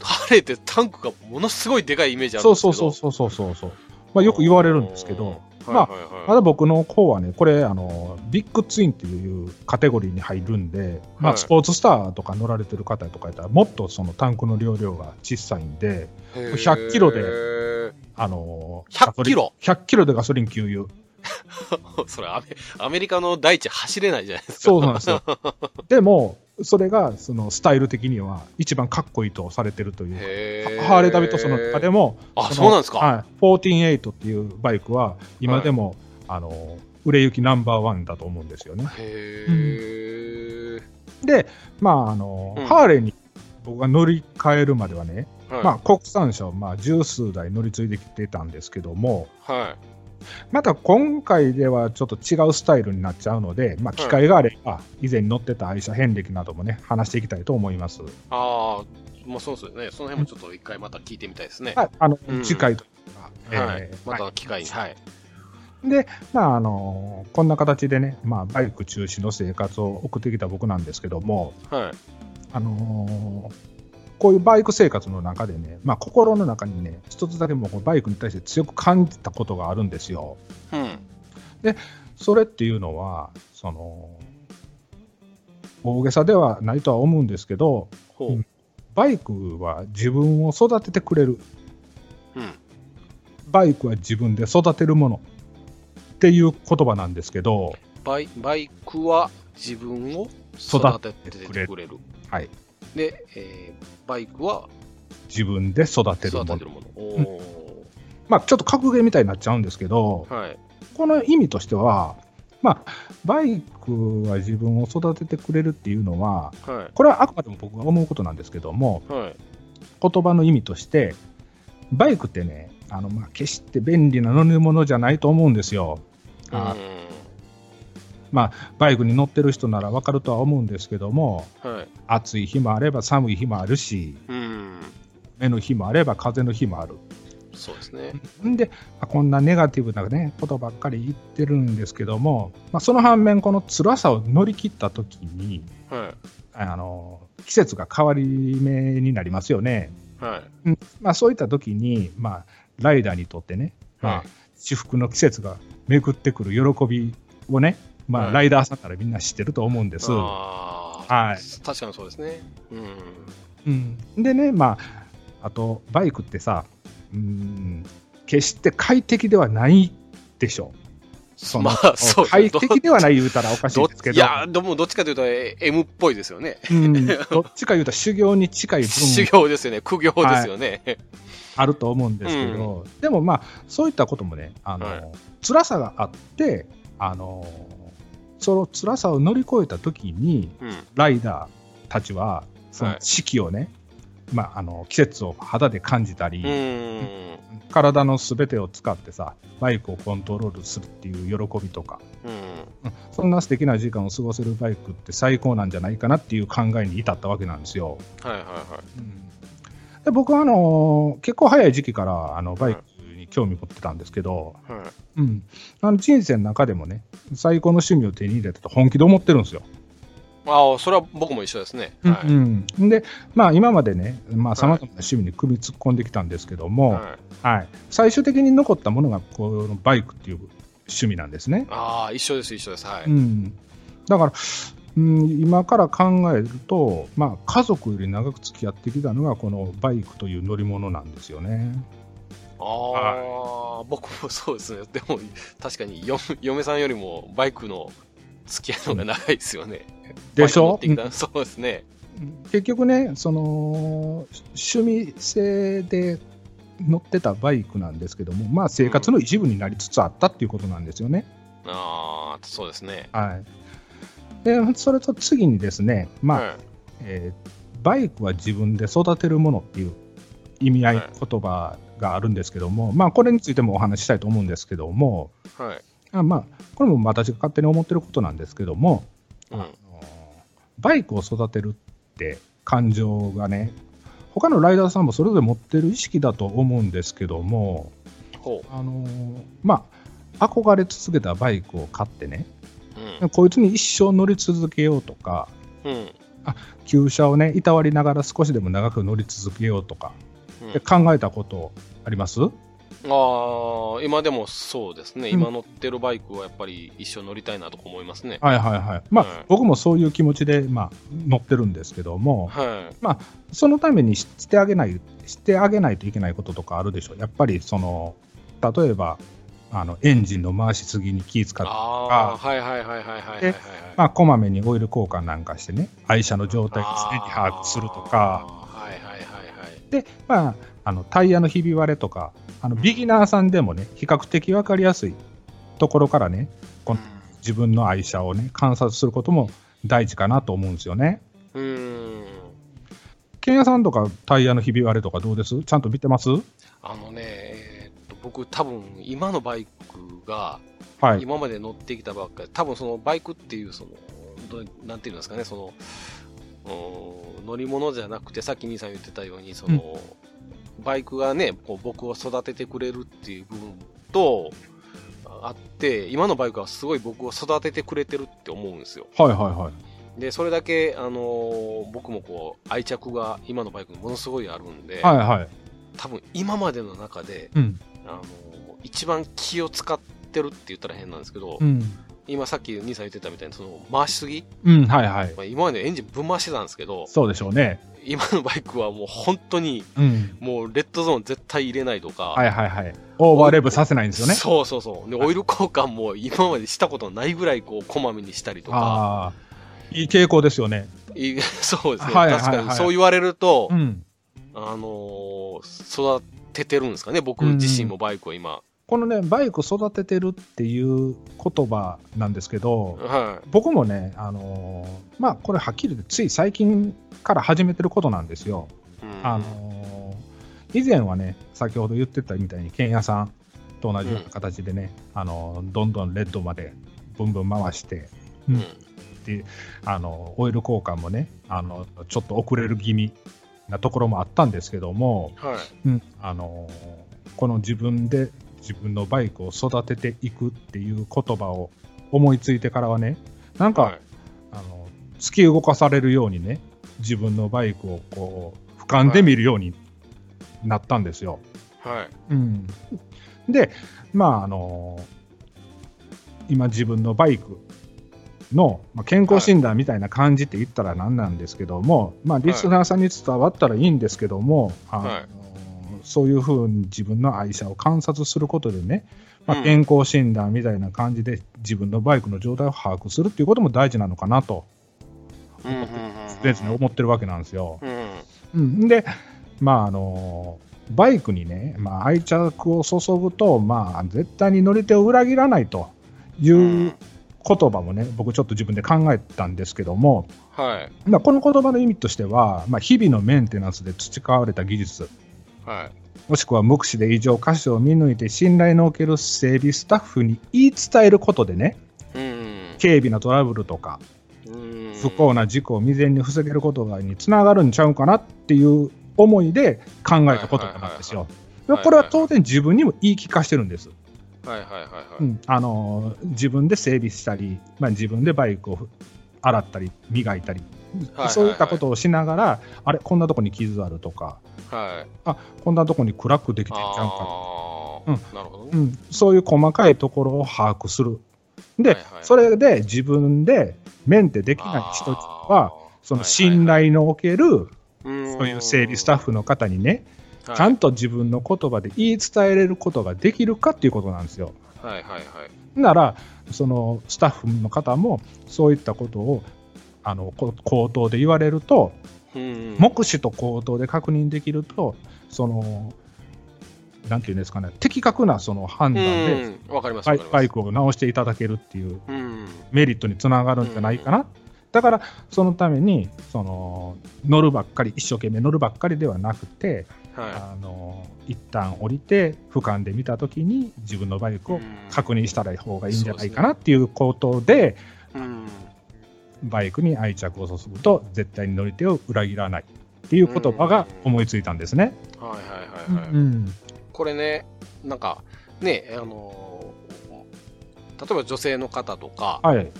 [SPEAKER 1] 晴れてタンクがものすごいでかいイメージあるん
[SPEAKER 2] そう
[SPEAKER 1] ですけ
[SPEAKER 2] そ
[SPEAKER 1] ど
[SPEAKER 2] うそうそうそうそうそう。まあ、よく言われるんですけど、
[SPEAKER 1] うん、
[SPEAKER 2] まあ
[SPEAKER 1] はいはいはい
[SPEAKER 2] まだ僕の方はね、これあの、ビッグツインっていうカテゴリーに入るんで、ま
[SPEAKER 1] は
[SPEAKER 2] あ、
[SPEAKER 1] い
[SPEAKER 2] スポーツスターとか乗られてる方とかいたら、もっとそのタンクの容量が小さいんで、
[SPEAKER 1] へー
[SPEAKER 2] 100キロであの
[SPEAKER 1] 100キロ
[SPEAKER 2] ガソリン ?100 キロでガソリン給油。
[SPEAKER 1] それアメ、アメリカの大地走れないじゃないですか。
[SPEAKER 2] そうなん ですよ。でも、それがそのスタイル的には一番かっこいいとされてるという
[SPEAKER 1] へ
[SPEAKER 2] ハーレー・ダビッドソンの中で
[SPEAKER 1] も。
[SPEAKER 2] も、
[SPEAKER 1] あ、
[SPEAKER 2] の
[SPEAKER 1] そうなんですか。
[SPEAKER 2] はい、148っていうバイクは、今でも、あの売れ行きナンバーワンだと思うんですよね。
[SPEAKER 1] へー
[SPEAKER 2] で、まああの
[SPEAKER 1] うん
[SPEAKER 2] ハーレーに僕が乗り換えるまではね、
[SPEAKER 1] はい
[SPEAKER 2] まあ、国産車をまあ十数台乗り継いできてたんですけども、
[SPEAKER 1] はい。
[SPEAKER 2] また今回ではちょっと違うスタイルになっちゃうので、まあ、機会があれば、以前乗ってた愛車遍歴などもね、話していきたいと思います。
[SPEAKER 1] ああ、まあそうですよね。その辺もちょっと一回また聞いてみたいですね。
[SPEAKER 2] はい、あの、
[SPEAKER 1] うん
[SPEAKER 2] 次回とか、えー
[SPEAKER 1] はい。また機会に。はい。
[SPEAKER 2] で、まああのこんな形でね、まあ、バイク中心の生活を送ってきた僕なんですけども、
[SPEAKER 1] はい。
[SPEAKER 2] あのこういうバイク生活の中でね、まあ、心の中にね、一つだけもうバイクに対して強く感じたことがあるんですよ。
[SPEAKER 1] うん。
[SPEAKER 2] それっていうのは、その大げさではないとは思うんですけど、
[SPEAKER 1] ほう。
[SPEAKER 2] うんバイクは自分を育ててくれる、
[SPEAKER 1] うん。
[SPEAKER 2] バイクは自分で育てるものっていう言葉なんですけど、
[SPEAKER 1] バイバイクは自分を育
[SPEAKER 2] 育
[SPEAKER 1] ててくれる。
[SPEAKER 2] はい、
[SPEAKER 1] で、えーバイクは
[SPEAKER 2] 自分で育てる
[SPEAKER 1] 育
[SPEAKER 2] も
[SPEAKER 1] て
[SPEAKER 2] の
[SPEAKER 1] てる。もの。お
[SPEAKER 2] まあ、ちょっと格言みたいになっちゃうんですけど
[SPEAKER 1] ー、はい。
[SPEAKER 2] この意味としては、まあ、バイクは自分を育ててくれるっていうのは、
[SPEAKER 1] は
[SPEAKER 2] これはあくまでも僕が思うことなんですけども、
[SPEAKER 1] い。はい。
[SPEAKER 2] 言葉の意味として、バイクってね、あのまあ決して便利な乗り物じゃないと思うんですよ。あバイクに乗ってる人なら分かるとは思うんですけども、
[SPEAKER 1] うん。はい。
[SPEAKER 2] 暑い日もあれば寒い日もあるし、
[SPEAKER 1] うん。
[SPEAKER 2] 雨の日もあれば風の日もある。
[SPEAKER 1] そうですね。
[SPEAKER 2] んで、まあこんなネガティブな、ね、ことばっかり言ってるんですけども、まあ、その反面、この辛さを乗り切った時に
[SPEAKER 1] は
[SPEAKER 2] あの、季節が変わり目になりますよね。
[SPEAKER 1] い。はい。
[SPEAKER 2] まあ、そういった時に、まあ、ライダーにとってね、ま
[SPEAKER 1] は
[SPEAKER 2] あ、至福の季節が巡ってくる喜びをね、まあ
[SPEAKER 1] はい
[SPEAKER 2] ライダーさんからみんな知ってると思うんで
[SPEAKER 1] い。
[SPEAKER 2] す。
[SPEAKER 1] ああ。
[SPEAKER 2] はい
[SPEAKER 1] 確かにそうですね。うん。
[SPEAKER 2] うん、でね、まあ、あとバイクってさうん決して快適ではないでしょその
[SPEAKER 1] まあ、そうですね
[SPEAKER 2] 快適ではない言うたらおかしい
[SPEAKER 1] ど
[SPEAKER 2] ですけ
[SPEAKER 1] い
[SPEAKER 2] ど
[SPEAKER 1] や、でもどっちかというとえ M っぽいですよね。
[SPEAKER 2] うん、どっちか言うと修行に近い部
[SPEAKER 1] 修
[SPEAKER 2] 分
[SPEAKER 1] 行ですよね。苦行ですよね。
[SPEAKER 2] あると思うんですけど、でもまあそういったこともねあの、
[SPEAKER 1] はい
[SPEAKER 2] 辛さがあってあのその辛さを乗り越えた時に
[SPEAKER 1] うん。
[SPEAKER 2] ライダーたちはその
[SPEAKER 1] はい
[SPEAKER 2] 四季をね、まあ、あの季節を肌で感じたり、
[SPEAKER 1] うん。
[SPEAKER 2] 体のすべてを使ってさバイクをコントロールするっていう喜びとか、
[SPEAKER 1] うん。
[SPEAKER 2] うんそんな素敵な時間を過ごせるバイクって最高なんじゃないかなっていう考えに至ったわけなんですよ。
[SPEAKER 1] はいはいは
[SPEAKER 2] で僕はあのー結構早い時期からあのバイクに興味持ってたんですけど、
[SPEAKER 1] い。はい
[SPEAKER 2] うん、あの人生の中でもね最高の趣味を手に入れたと本気で思ってるんですよ。
[SPEAKER 1] ああ、それは僕も一緒ですね。は
[SPEAKER 2] う
[SPEAKER 1] い。
[SPEAKER 2] んでまあ今までねさまざ、まな趣味に組み突っ込んできたんですけども、
[SPEAKER 1] は
[SPEAKER 2] はい、最終的に残ったものがこのバイクっていう趣味なんですね。
[SPEAKER 1] ああ、一緒です、一緒です。は
[SPEAKER 2] う
[SPEAKER 1] い。
[SPEAKER 2] ん、だから、うん、今から考えると、まあ、家族より長く付き合ってきたのがこのバイクという乗り物なんですよね。
[SPEAKER 1] ああ、僕もそうですね。でも、確かによ、嫁さんよりもバイクの付き合いの方が長いですよね。
[SPEAKER 2] でし
[SPEAKER 1] バ
[SPEAKER 2] ょ
[SPEAKER 1] イク乗ってきたそうですね。
[SPEAKER 2] うん結局ねその趣味性で乗ってたバイクなんですけども、まあ、生活の一部になりつつあったっていうことなんですよね。
[SPEAKER 1] ああ、そうですね。
[SPEAKER 2] はい、でそれと次にですね、まあ
[SPEAKER 1] はい
[SPEAKER 2] えーバイクは自分で育てるものっていう意味合い、
[SPEAKER 1] はい
[SPEAKER 2] 言葉があるんですけども、まあ、これについてもお話ししたいと思うんですけども、
[SPEAKER 1] はい。
[SPEAKER 2] あまあ、これも私が勝手に思ってることなんですけども、
[SPEAKER 1] うん。
[SPEAKER 2] あのバイクを育てるって感情がね他のライダーさんもそれぞれ持ってる意識だと思うんですけども、
[SPEAKER 1] ほ
[SPEAKER 2] あのまあ、憧れ続けたバイクを買ってね
[SPEAKER 1] う。うん。
[SPEAKER 2] こいつに一生乗り続けようとか
[SPEAKER 1] うん。
[SPEAKER 2] 旧車をねいたわりながら少しでも長く乗り続けようとか
[SPEAKER 1] うん
[SPEAKER 2] で考えたことあります、
[SPEAKER 1] ああ、今でもそうですね。
[SPEAKER 2] うん
[SPEAKER 1] 今乗ってるバイクはやっぱり一緒乗りたいなとか思いますね。
[SPEAKER 2] はいはいはいまあ、
[SPEAKER 1] はい
[SPEAKER 2] 僕もそういう気持ちで、まあ、乗ってるんですけども
[SPEAKER 1] は
[SPEAKER 2] そのためにししてあげないしてあげないといけないこととかあるでしょやっぱりその例えばあのエンジンの回しすぎに気使
[SPEAKER 1] い。
[SPEAKER 2] って
[SPEAKER 1] ああー、はいはいはいはいはいはいはいはい。
[SPEAKER 2] でまあ、こまめにオイル交換なんかしてね愛車の状態を常に把握するとか
[SPEAKER 1] あー。はいはいはいはい。
[SPEAKER 2] で、まあ、あのタイヤのひび割れとかあのビギナーさんでもね比較的分かりやすいところからねこの自分の愛車をね観察することも大事かなと思うんですよね。
[SPEAKER 1] うん。うーん
[SPEAKER 2] ケンヤさんとかタイヤのひび割れとかどうですちゃんと見てます
[SPEAKER 1] あのね、えーっと僕多分今のバイクが
[SPEAKER 2] はい。
[SPEAKER 1] 今まで乗ってきたばっかり、多分そのバイクっていうそのどなんていうんですかねそのうーん乗り物じゃなくてさっき兄さん言ってたようにその、バイクがねこう僕を育ててくれるっていう部分とあって今のバイクはすごい僕を育ててくれてるって思うんですよ
[SPEAKER 2] はいはいはい。
[SPEAKER 1] でそれだけ、あのー僕もこう愛着が今のバイクにものすごいあるんで、
[SPEAKER 2] はいはい。
[SPEAKER 1] 多分今までの中で、
[SPEAKER 2] うん。
[SPEAKER 1] あのー一番気を使ってるって言ったら変なんですけど、
[SPEAKER 2] うん。
[SPEAKER 1] 今さっき兄さん言ってたみたいにその回しすぎ、
[SPEAKER 2] うん、はいはい。
[SPEAKER 1] まあ、今までエンジンぶん回してたんですけど
[SPEAKER 2] そうでしょうね。
[SPEAKER 1] 今のバイクはもう本当に
[SPEAKER 2] うん。
[SPEAKER 1] もうレッドゾーン絶対入れないとか、
[SPEAKER 2] はいはいはい。オーバーレブさせないんですよね。
[SPEAKER 1] そうそうそうでオイル交換も今までしたことないぐらいこうこまめにしたりとか
[SPEAKER 2] ああ。いい傾向ですよね。
[SPEAKER 1] い そうですね、
[SPEAKER 2] はいはいはい
[SPEAKER 1] 確かにそう言われると、
[SPEAKER 2] うん。
[SPEAKER 1] あのー育ててるんですかね僕自身もバイクを今、
[SPEAKER 2] このね、バイク育ててるっていう言葉なんですけど、
[SPEAKER 1] は
[SPEAKER 2] 僕もね、あのーまあ、これはっきり言って、つい最近から始めてることなんですよ。
[SPEAKER 1] い、うん
[SPEAKER 2] あのー以前はね、先ほど言ってたみたいに、剣屋さんと同じような形でね、あのーどんどんレッドまでブンブン回して、
[SPEAKER 1] うん
[SPEAKER 2] あのーオイル交換もね、あのーちょっと遅れる気味なところもあったんですけども、
[SPEAKER 1] はい
[SPEAKER 2] うんあのーこの自分で自分のバイクを育てていくっていう言葉を思いついてからはねなんか、
[SPEAKER 1] はい
[SPEAKER 2] あの突き動かされるようにね自分のバイクをこう俯瞰で見るようになったんですよ。
[SPEAKER 1] はい
[SPEAKER 2] うん、でまああのー今自分のバイクのまあ健康診断みたいな感じって言ったらなんなんですけども、まあ、リスナーさんに伝わったらいいんですけども、あのー
[SPEAKER 1] はい
[SPEAKER 2] そういうふうに自分の愛車を観察することでね、
[SPEAKER 1] う
[SPEAKER 2] まあ、
[SPEAKER 1] ん
[SPEAKER 2] 健康診断みたいな感じで自分のバイクの状態を把握するっていうことも大事なのかなと
[SPEAKER 1] うんうんうん
[SPEAKER 2] ですね思ってるわけなんですよ。
[SPEAKER 1] うんうん
[SPEAKER 2] うん、で、まああのバイクにね、まあ、愛着を注ぐと、まあ、絶対に乗り手を裏切らないといううん言葉もね、僕ちょっと自分で考えたんですけども、
[SPEAKER 1] はい
[SPEAKER 2] まあ、この言葉の意味としては、まあ、日々のメンテナンスで培われた技術、
[SPEAKER 1] はい
[SPEAKER 2] もしくは目視で異常箇所を見抜いて信頼のおける整備スタッフに言い伝えることでね、
[SPEAKER 1] うん
[SPEAKER 2] 軽微なトラブルとか、
[SPEAKER 1] うん
[SPEAKER 2] 不幸な事故を未然に防げることがにつながるんちゃうかなっていう思いで考えた言葉なんですよ。
[SPEAKER 1] いはいはい
[SPEAKER 2] これは当然自分にも言い聞かしてるんです。
[SPEAKER 1] はいはいはいはい、
[SPEAKER 2] うんあのー自分で整備したり、まあ、自分でバイクを洗ったり磨いたり、
[SPEAKER 1] はいはい
[SPEAKER 2] そういったことをしながらあれこんなとこに傷あるとか
[SPEAKER 1] はい
[SPEAKER 2] あこんなとこにクラックできてんちゃうか
[SPEAKER 1] あう
[SPEAKER 2] うんん、
[SPEAKER 1] なるほどね
[SPEAKER 2] う。ん、そういう細かいところを把握する。で、
[SPEAKER 1] はいはい
[SPEAKER 2] それで自分でメンテできない人は、その信頼のおける、そういう整理スタッフの方にね、
[SPEAKER 1] フ
[SPEAKER 2] ちゃんと自分の言葉で言い伝えれることができるかっていうことなんですよ。
[SPEAKER 1] はいはいはい。
[SPEAKER 2] なら、そのスタッフの方もそういったことをあのこ口頭で言われると、
[SPEAKER 1] うん
[SPEAKER 2] 目視と口頭で確認できると、その、なんていうんですかね、的確なその判断で、
[SPEAKER 1] うんわかります
[SPEAKER 2] バ
[SPEAKER 1] わか
[SPEAKER 2] イ
[SPEAKER 1] ります。
[SPEAKER 2] バイクを直していただけるっていう
[SPEAKER 1] うん。
[SPEAKER 2] メリットにつながるんじゃないかな。だから、そのために、その、乗るばっかり、一生懸命乗るばっかりではなくて、
[SPEAKER 1] は
[SPEAKER 2] あの一旦降りて俯瞰で見た時に自分のバイク
[SPEAKER 1] い
[SPEAKER 2] を。確認したら方がいいんじゃないかなっていうことで
[SPEAKER 1] うん。
[SPEAKER 2] バイクに愛着を注ぐと絶対に乗り手を裏切らないっていう言葉が思いついたんですね。
[SPEAKER 1] はいはいはいは
[SPEAKER 2] うん
[SPEAKER 1] い。
[SPEAKER 2] うん
[SPEAKER 1] これねなんかねあのー例えば女性の方とか、
[SPEAKER 2] はい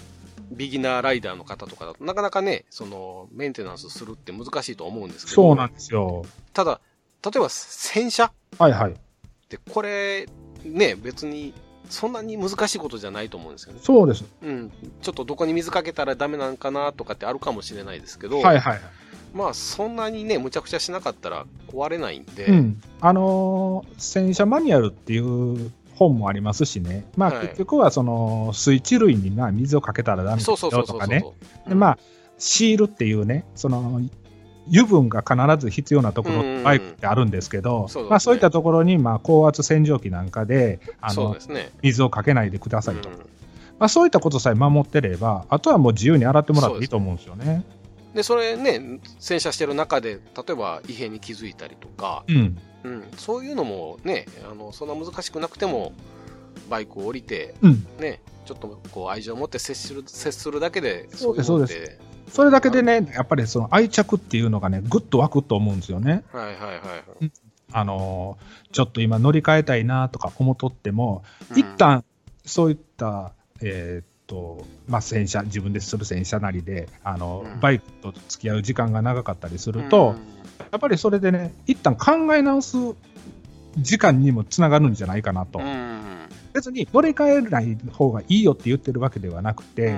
[SPEAKER 1] ビギナーライダーの方とかだとなかなかねそのメンテナンスするって難しいと思うんですけど
[SPEAKER 2] そうなんですよ。
[SPEAKER 1] ただ例えば洗車っ
[SPEAKER 2] はいはい。
[SPEAKER 1] てこれね別にそんなに難しいことじゃないと思うんですよね、
[SPEAKER 2] そうです。
[SPEAKER 1] うん、ちょっとどこに水かけたらダメなんかなとかってあるかもしれないですけど、
[SPEAKER 2] はいはい。
[SPEAKER 1] まあそんなにねむちゃくちゃしなかったら壊れないんで、
[SPEAKER 2] うん。あのー洗車マニュアルっていう本もありますしね。まあ
[SPEAKER 1] はい
[SPEAKER 2] 結局はその水地類にな水をかけたらダメだ
[SPEAKER 1] そ
[SPEAKER 2] よ
[SPEAKER 1] うそうそう
[SPEAKER 2] と
[SPEAKER 1] そう
[SPEAKER 2] か
[SPEAKER 1] そう、
[SPEAKER 2] ね。でまあシールっていうねその油分が必ず必要なとこ
[SPEAKER 1] うんうんう
[SPEAKER 2] ろ
[SPEAKER 1] ん
[SPEAKER 2] バイクってあるんですけど、
[SPEAKER 1] そうですね
[SPEAKER 2] まあ、そういったところにまあ高圧洗浄機なんかであ
[SPEAKER 1] そう
[SPEAKER 2] の
[SPEAKER 1] ですね
[SPEAKER 2] 水をかけないでくださいと、
[SPEAKER 1] うん
[SPEAKER 2] まあ、そういったことさえ守ってればあとはもう自由に洗ってもらっていいと思うんですよね。
[SPEAKER 1] でそれね洗車してる中で例えば異変に気づいたりとか、
[SPEAKER 2] うん
[SPEAKER 1] うん、そういうのもねあのそんな難しくなくてもバイクを降りて
[SPEAKER 2] うん、
[SPEAKER 1] ねちょっとこう愛情を持って接する接するだけで
[SPEAKER 2] そうです
[SPEAKER 1] いのって
[SPEAKER 2] それだけでねやっぱりその愛着っていうのがねぐっと湧くと思うんですよね。
[SPEAKER 1] はいはいはいはい、
[SPEAKER 2] あのーちょっと今乗り換えたいなとか思っとっても
[SPEAKER 1] うん
[SPEAKER 2] 一旦そういった、えーっとまあ、洗車自分でする洗車なりであの、
[SPEAKER 1] うん
[SPEAKER 2] バイクと付き合う時間が長かったりすると、やっぱりそれでね一旦考え直す時間にもつながるんじゃないかなと、
[SPEAKER 1] うんうん
[SPEAKER 2] 別に乗り換えない方がいいよって言ってるわけではなくて、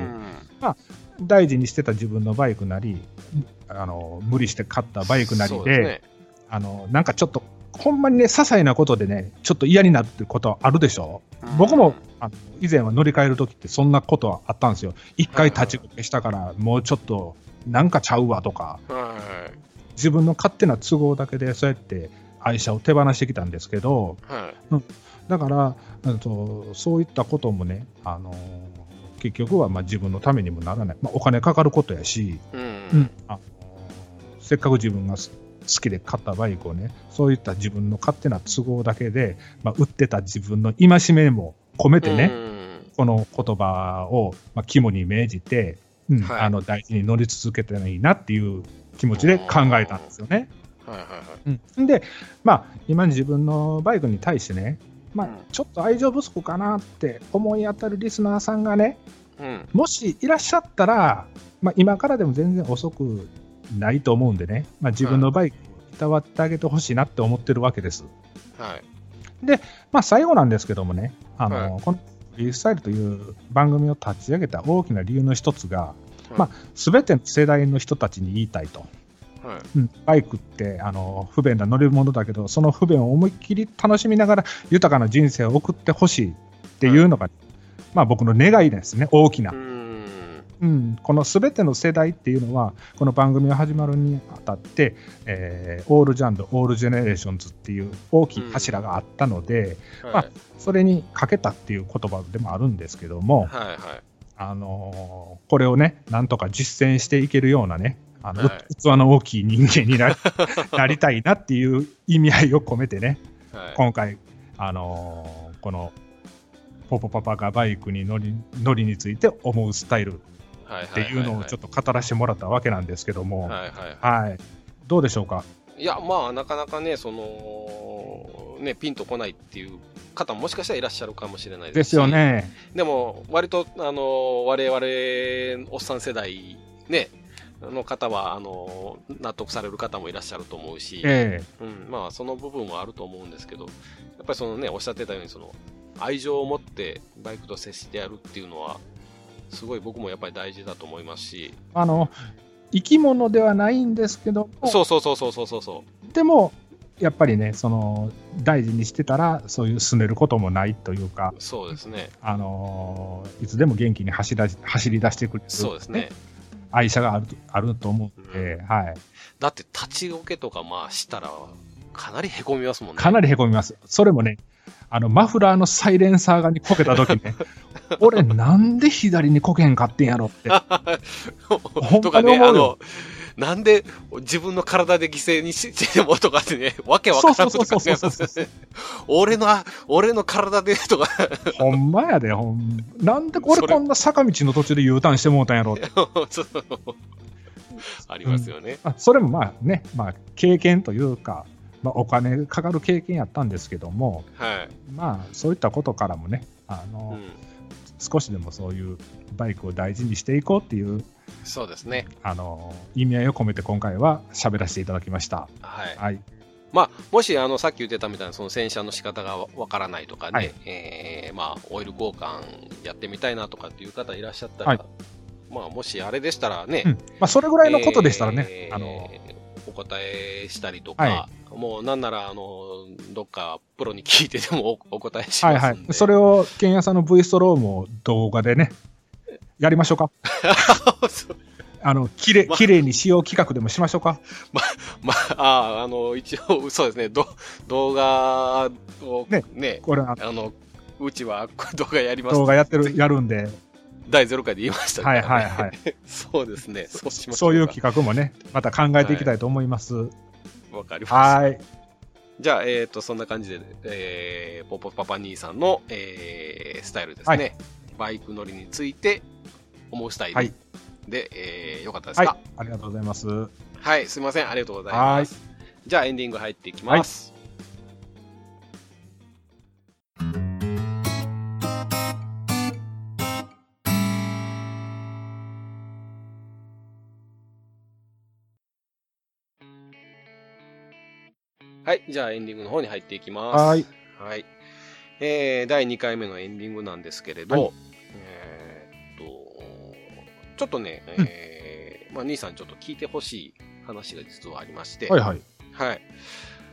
[SPEAKER 2] 大事にしてた自分のバイクなりあの無理して買ったバイクなり
[SPEAKER 1] そう
[SPEAKER 2] で
[SPEAKER 1] ですね
[SPEAKER 2] あのなんかちょっとほんまにね些細なことでねちょっと嫌になってることあるでしょ
[SPEAKER 1] うん
[SPEAKER 2] 僕もあの以前は乗り換える時ってそんなことはあったんですよ一回立ちこけしたからもうちょっとなんかちゃうわとか
[SPEAKER 1] はいはい
[SPEAKER 2] 自分の勝手な都合だけでそうやって愛車を手放してきたんですけど
[SPEAKER 1] はい
[SPEAKER 2] だからうんとそういったこともね、あのー結局はまあ自分のためにもならない、まあ、お金かかることやし、
[SPEAKER 1] うん
[SPEAKER 2] あのーせっかく自分がす好きで買ったバイクをねそういった自分の勝手な都合だけで、まあ、売ってた自分の戒めも込めてね、
[SPEAKER 1] うん
[SPEAKER 2] この言葉を、まあ、肝に銘じて、うん
[SPEAKER 1] はい
[SPEAKER 2] あの大事に乗り続けてないいなっていう気持ちで考えたんですよね。
[SPEAKER 1] はいはいはい
[SPEAKER 2] うん、で、まあ、今自分のバイクに対してね、ま
[SPEAKER 1] うん
[SPEAKER 2] あ、ちょっと愛情不足かなって思い当たるリスナーさんがね
[SPEAKER 1] うん
[SPEAKER 2] もしいらっしゃったら、まあ、今からでも全然遅くないと思うんでね、まあ、自分のバイクをいたわってあげてほしいなって思ってるわけです。
[SPEAKER 1] はい
[SPEAKER 2] まあ、最後なんですけどもね、あの
[SPEAKER 1] は
[SPEAKER 2] このフリースタイルという番組を立ち上げた大きな理由の一つが、
[SPEAKER 1] はい
[SPEAKER 2] まあ、全ての世代の人たちに言いたいと、
[SPEAKER 1] はい
[SPEAKER 2] うんバイクってあの不便な乗り物だけど、その不便を思いっきり楽しみながら豊かな人生を送ってほしいっていうのが、まあ、僕の願いですね、大きな
[SPEAKER 1] う。ん
[SPEAKER 2] うん、このすべての世代っていうのは、この番組が始まるにあたって、えーオールジャンル、オールジェネレーションズっていう大きい柱があったので、ま
[SPEAKER 1] は
[SPEAKER 2] あそれにかけたっていう言葉でもあるんですけども
[SPEAKER 1] い、はいはい
[SPEAKER 2] あのーこれをね、なんとか実践していけるようなね、あの
[SPEAKER 1] はい
[SPEAKER 2] 器の大きい人 間になりなりたいなっていう意味合いを込めてね、
[SPEAKER 1] はい
[SPEAKER 2] 今回、あのーこのポポパパがバイクに乗り乗りについて思うスタイル
[SPEAKER 1] はい
[SPEAKER 2] っていうのをちょっと語らせてもらったわけなんですけど
[SPEAKER 1] は
[SPEAKER 2] も、
[SPEAKER 1] いはいは
[SPEAKER 2] はい、どうでしょうか。
[SPEAKER 1] い、いやまあなかなかねそのねピンとこないっていう方ももしかしたらいらっしゃるかもしれない
[SPEAKER 2] で
[SPEAKER 1] し
[SPEAKER 2] すよね。
[SPEAKER 1] でも割とあの我々おっさん世代ねの方は、あの、納得される方もいらっしゃると思うし、
[SPEAKER 2] え
[SPEAKER 1] うん、まあ、その部分はあると思うんですけど、やっぱりそのね、おっしゃってたように、その、愛情を持ってバイクと接してやるっていうのは、すごい僕もやっぱり大事だと思いますし、
[SPEAKER 2] あの、生き物ではないんですけども、
[SPEAKER 1] そうそうそうそうそうそうそう。
[SPEAKER 2] でも、やっぱりね、その、大事にしてたら、そういう進めることもないというか、
[SPEAKER 1] そうですね。
[SPEAKER 2] あのーいつでも元気に走ら走り出してくれる、
[SPEAKER 1] そうですね。
[SPEAKER 2] 愛車があるとあると思うので、はい、
[SPEAKER 1] だって立ちゴケとかまあしたらかなりへこみますもんね。
[SPEAKER 2] かなりへこみます。それもね、あのマフラーのサイレンサーがにこけた 時ね、俺、なんで左にこけへんかってんやろ って、ほんまに思うよ
[SPEAKER 1] とかね、あの、なんで自分の体で犠牲にしてもとかってね、わけわからんこと
[SPEAKER 2] そ
[SPEAKER 1] 考
[SPEAKER 2] うそう
[SPEAKER 1] え
[SPEAKER 2] そう
[SPEAKER 1] ま
[SPEAKER 2] そう
[SPEAKER 1] す
[SPEAKER 2] そう
[SPEAKER 1] ね。俺の、俺の体でとか、
[SPEAKER 2] ほんまやで、ほんなんで俺、こんな坂道の途中で U ターンしてもうたんやろって、
[SPEAKER 1] そうありますよね。
[SPEAKER 2] あそれもまあね、まあ、経験というか、まあ、お金かかる経験やったんですけども、
[SPEAKER 1] はい。
[SPEAKER 2] まあ、そういったことからもね、あ
[SPEAKER 1] う
[SPEAKER 2] の
[SPEAKER 1] ん。
[SPEAKER 2] 少しでもそういうバイクを大事にしていこうっていう
[SPEAKER 1] そうですね。
[SPEAKER 2] あの意味合いを込めて今回は喋らせていただきました。
[SPEAKER 1] はい。
[SPEAKER 2] はい、
[SPEAKER 1] まあ、もし、あの、さっき言ってたみたいな、その洗車の仕方がわわからないとかね、
[SPEAKER 2] はい
[SPEAKER 1] えーまあ、オイル交換やってみたいなとかっていう方いらっしゃったら、
[SPEAKER 2] はい
[SPEAKER 1] まあ、もしあれでしたらね、
[SPEAKER 2] うんまあ、それぐ
[SPEAKER 1] ぐ
[SPEAKER 2] らいのことでしたらね、あの
[SPEAKER 1] お答えしたりとか、
[SPEAKER 2] は
[SPEAKER 1] もうなんならあのどっかプロに聞いてでもおお答えし
[SPEAKER 2] はい
[SPEAKER 1] ますんで、
[SPEAKER 2] はい、それをケンヤさんの V ストロームを動画でね、やりましょうか。
[SPEAKER 1] そう
[SPEAKER 2] あのきれ
[SPEAKER 1] ま
[SPEAKER 2] きれいに使用企画でもしましょうか。
[SPEAKER 1] まあああの一応そうですねど動画をね
[SPEAKER 2] ねこれあの
[SPEAKER 1] あのうちはこ動画やります
[SPEAKER 2] 動画やってるやるんで、
[SPEAKER 1] 第0回で言いましたか
[SPEAKER 2] は
[SPEAKER 1] ら
[SPEAKER 2] い
[SPEAKER 1] ね
[SPEAKER 2] はいはい、
[SPEAKER 1] そうですねそうしましょ
[SPEAKER 2] そうういう
[SPEAKER 1] か
[SPEAKER 2] 企画もね、また考えていきたいと思います。は
[SPEAKER 1] わかりました
[SPEAKER 2] ーい、
[SPEAKER 1] じゃあ、えっ、と、そんな感じで、えー、ポポパパ兄さんの、えー、スタイルですね、
[SPEAKER 2] はい
[SPEAKER 1] バイク乗りについて思うスタイル、
[SPEAKER 2] はい
[SPEAKER 1] で、えー、よかったです
[SPEAKER 2] はい
[SPEAKER 1] か、
[SPEAKER 2] ありがとうございます。は
[SPEAKER 1] はい、すいません、ありがとうございます。じゃあ、エンディング入っていきます。はい、じゃあエンディングの方に入っていきます。
[SPEAKER 2] ーい、
[SPEAKER 1] はい。えー、第2回目のエンディングなんですけれど、
[SPEAKER 2] はい
[SPEAKER 1] えーっと、ちょっとね、えーまあ、兄さんちょっと聞いてほしい話が実はありまして、
[SPEAKER 2] はいはい、
[SPEAKER 1] はい。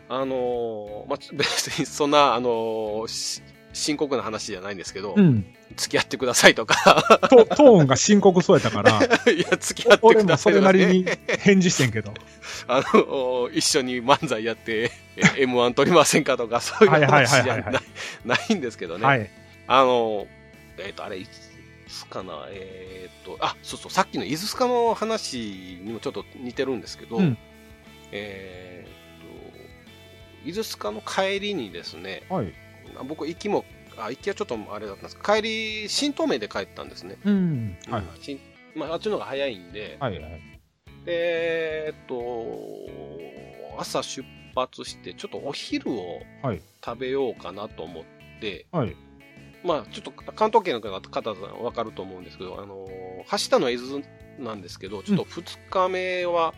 [SPEAKER 1] あのーまあ、ち 別にそんな、あのーし深刻な話じゃないんですけど、
[SPEAKER 2] うん、
[SPEAKER 1] 付き合ってくださいとか、
[SPEAKER 2] トトーンが深刻そうやったから、
[SPEAKER 1] いや、付き合って
[SPEAKER 2] 俺
[SPEAKER 1] くだ
[SPEAKER 2] も
[SPEAKER 1] さ
[SPEAKER 2] そ
[SPEAKER 1] い
[SPEAKER 2] れ
[SPEAKER 1] と
[SPEAKER 2] な
[SPEAKER 1] か、
[SPEAKER 2] り
[SPEAKER 1] ね、
[SPEAKER 2] に返事してんけど。
[SPEAKER 1] あのー一緒に漫才やって、え M1 取りませんかとか、そういう
[SPEAKER 2] はいはいは
[SPEAKER 1] 話
[SPEAKER 2] い
[SPEAKER 1] じ
[SPEAKER 2] は
[SPEAKER 1] ゃ
[SPEAKER 2] いはい
[SPEAKER 1] ないないんですけどね。
[SPEAKER 2] はい。
[SPEAKER 1] あの、えっ、と、あれ、いつかな、えっ、と、あ、そうそう、さっきのイズスカの話にもちょっと似てるんですけど、
[SPEAKER 2] うん
[SPEAKER 1] えっと、イズスカの帰りにですね、
[SPEAKER 2] はい。
[SPEAKER 1] 僕、行きも、あ、行きはちょっとあれだったんですけど、帰り、新東名で帰ったんですね。
[SPEAKER 2] うん。はい。
[SPEAKER 1] 新まあ、あっちの方が早いんで、
[SPEAKER 2] はい。はい。
[SPEAKER 1] でえっと、朝出発して、ちょっとお昼を
[SPEAKER 2] はい
[SPEAKER 1] 食べようかなと思って、
[SPEAKER 2] はい。
[SPEAKER 1] まあ、ちょっと関東圏の方は分かると思うんですけど、あのー走ったのは伊豆なんですけど、ちょっと2日目は、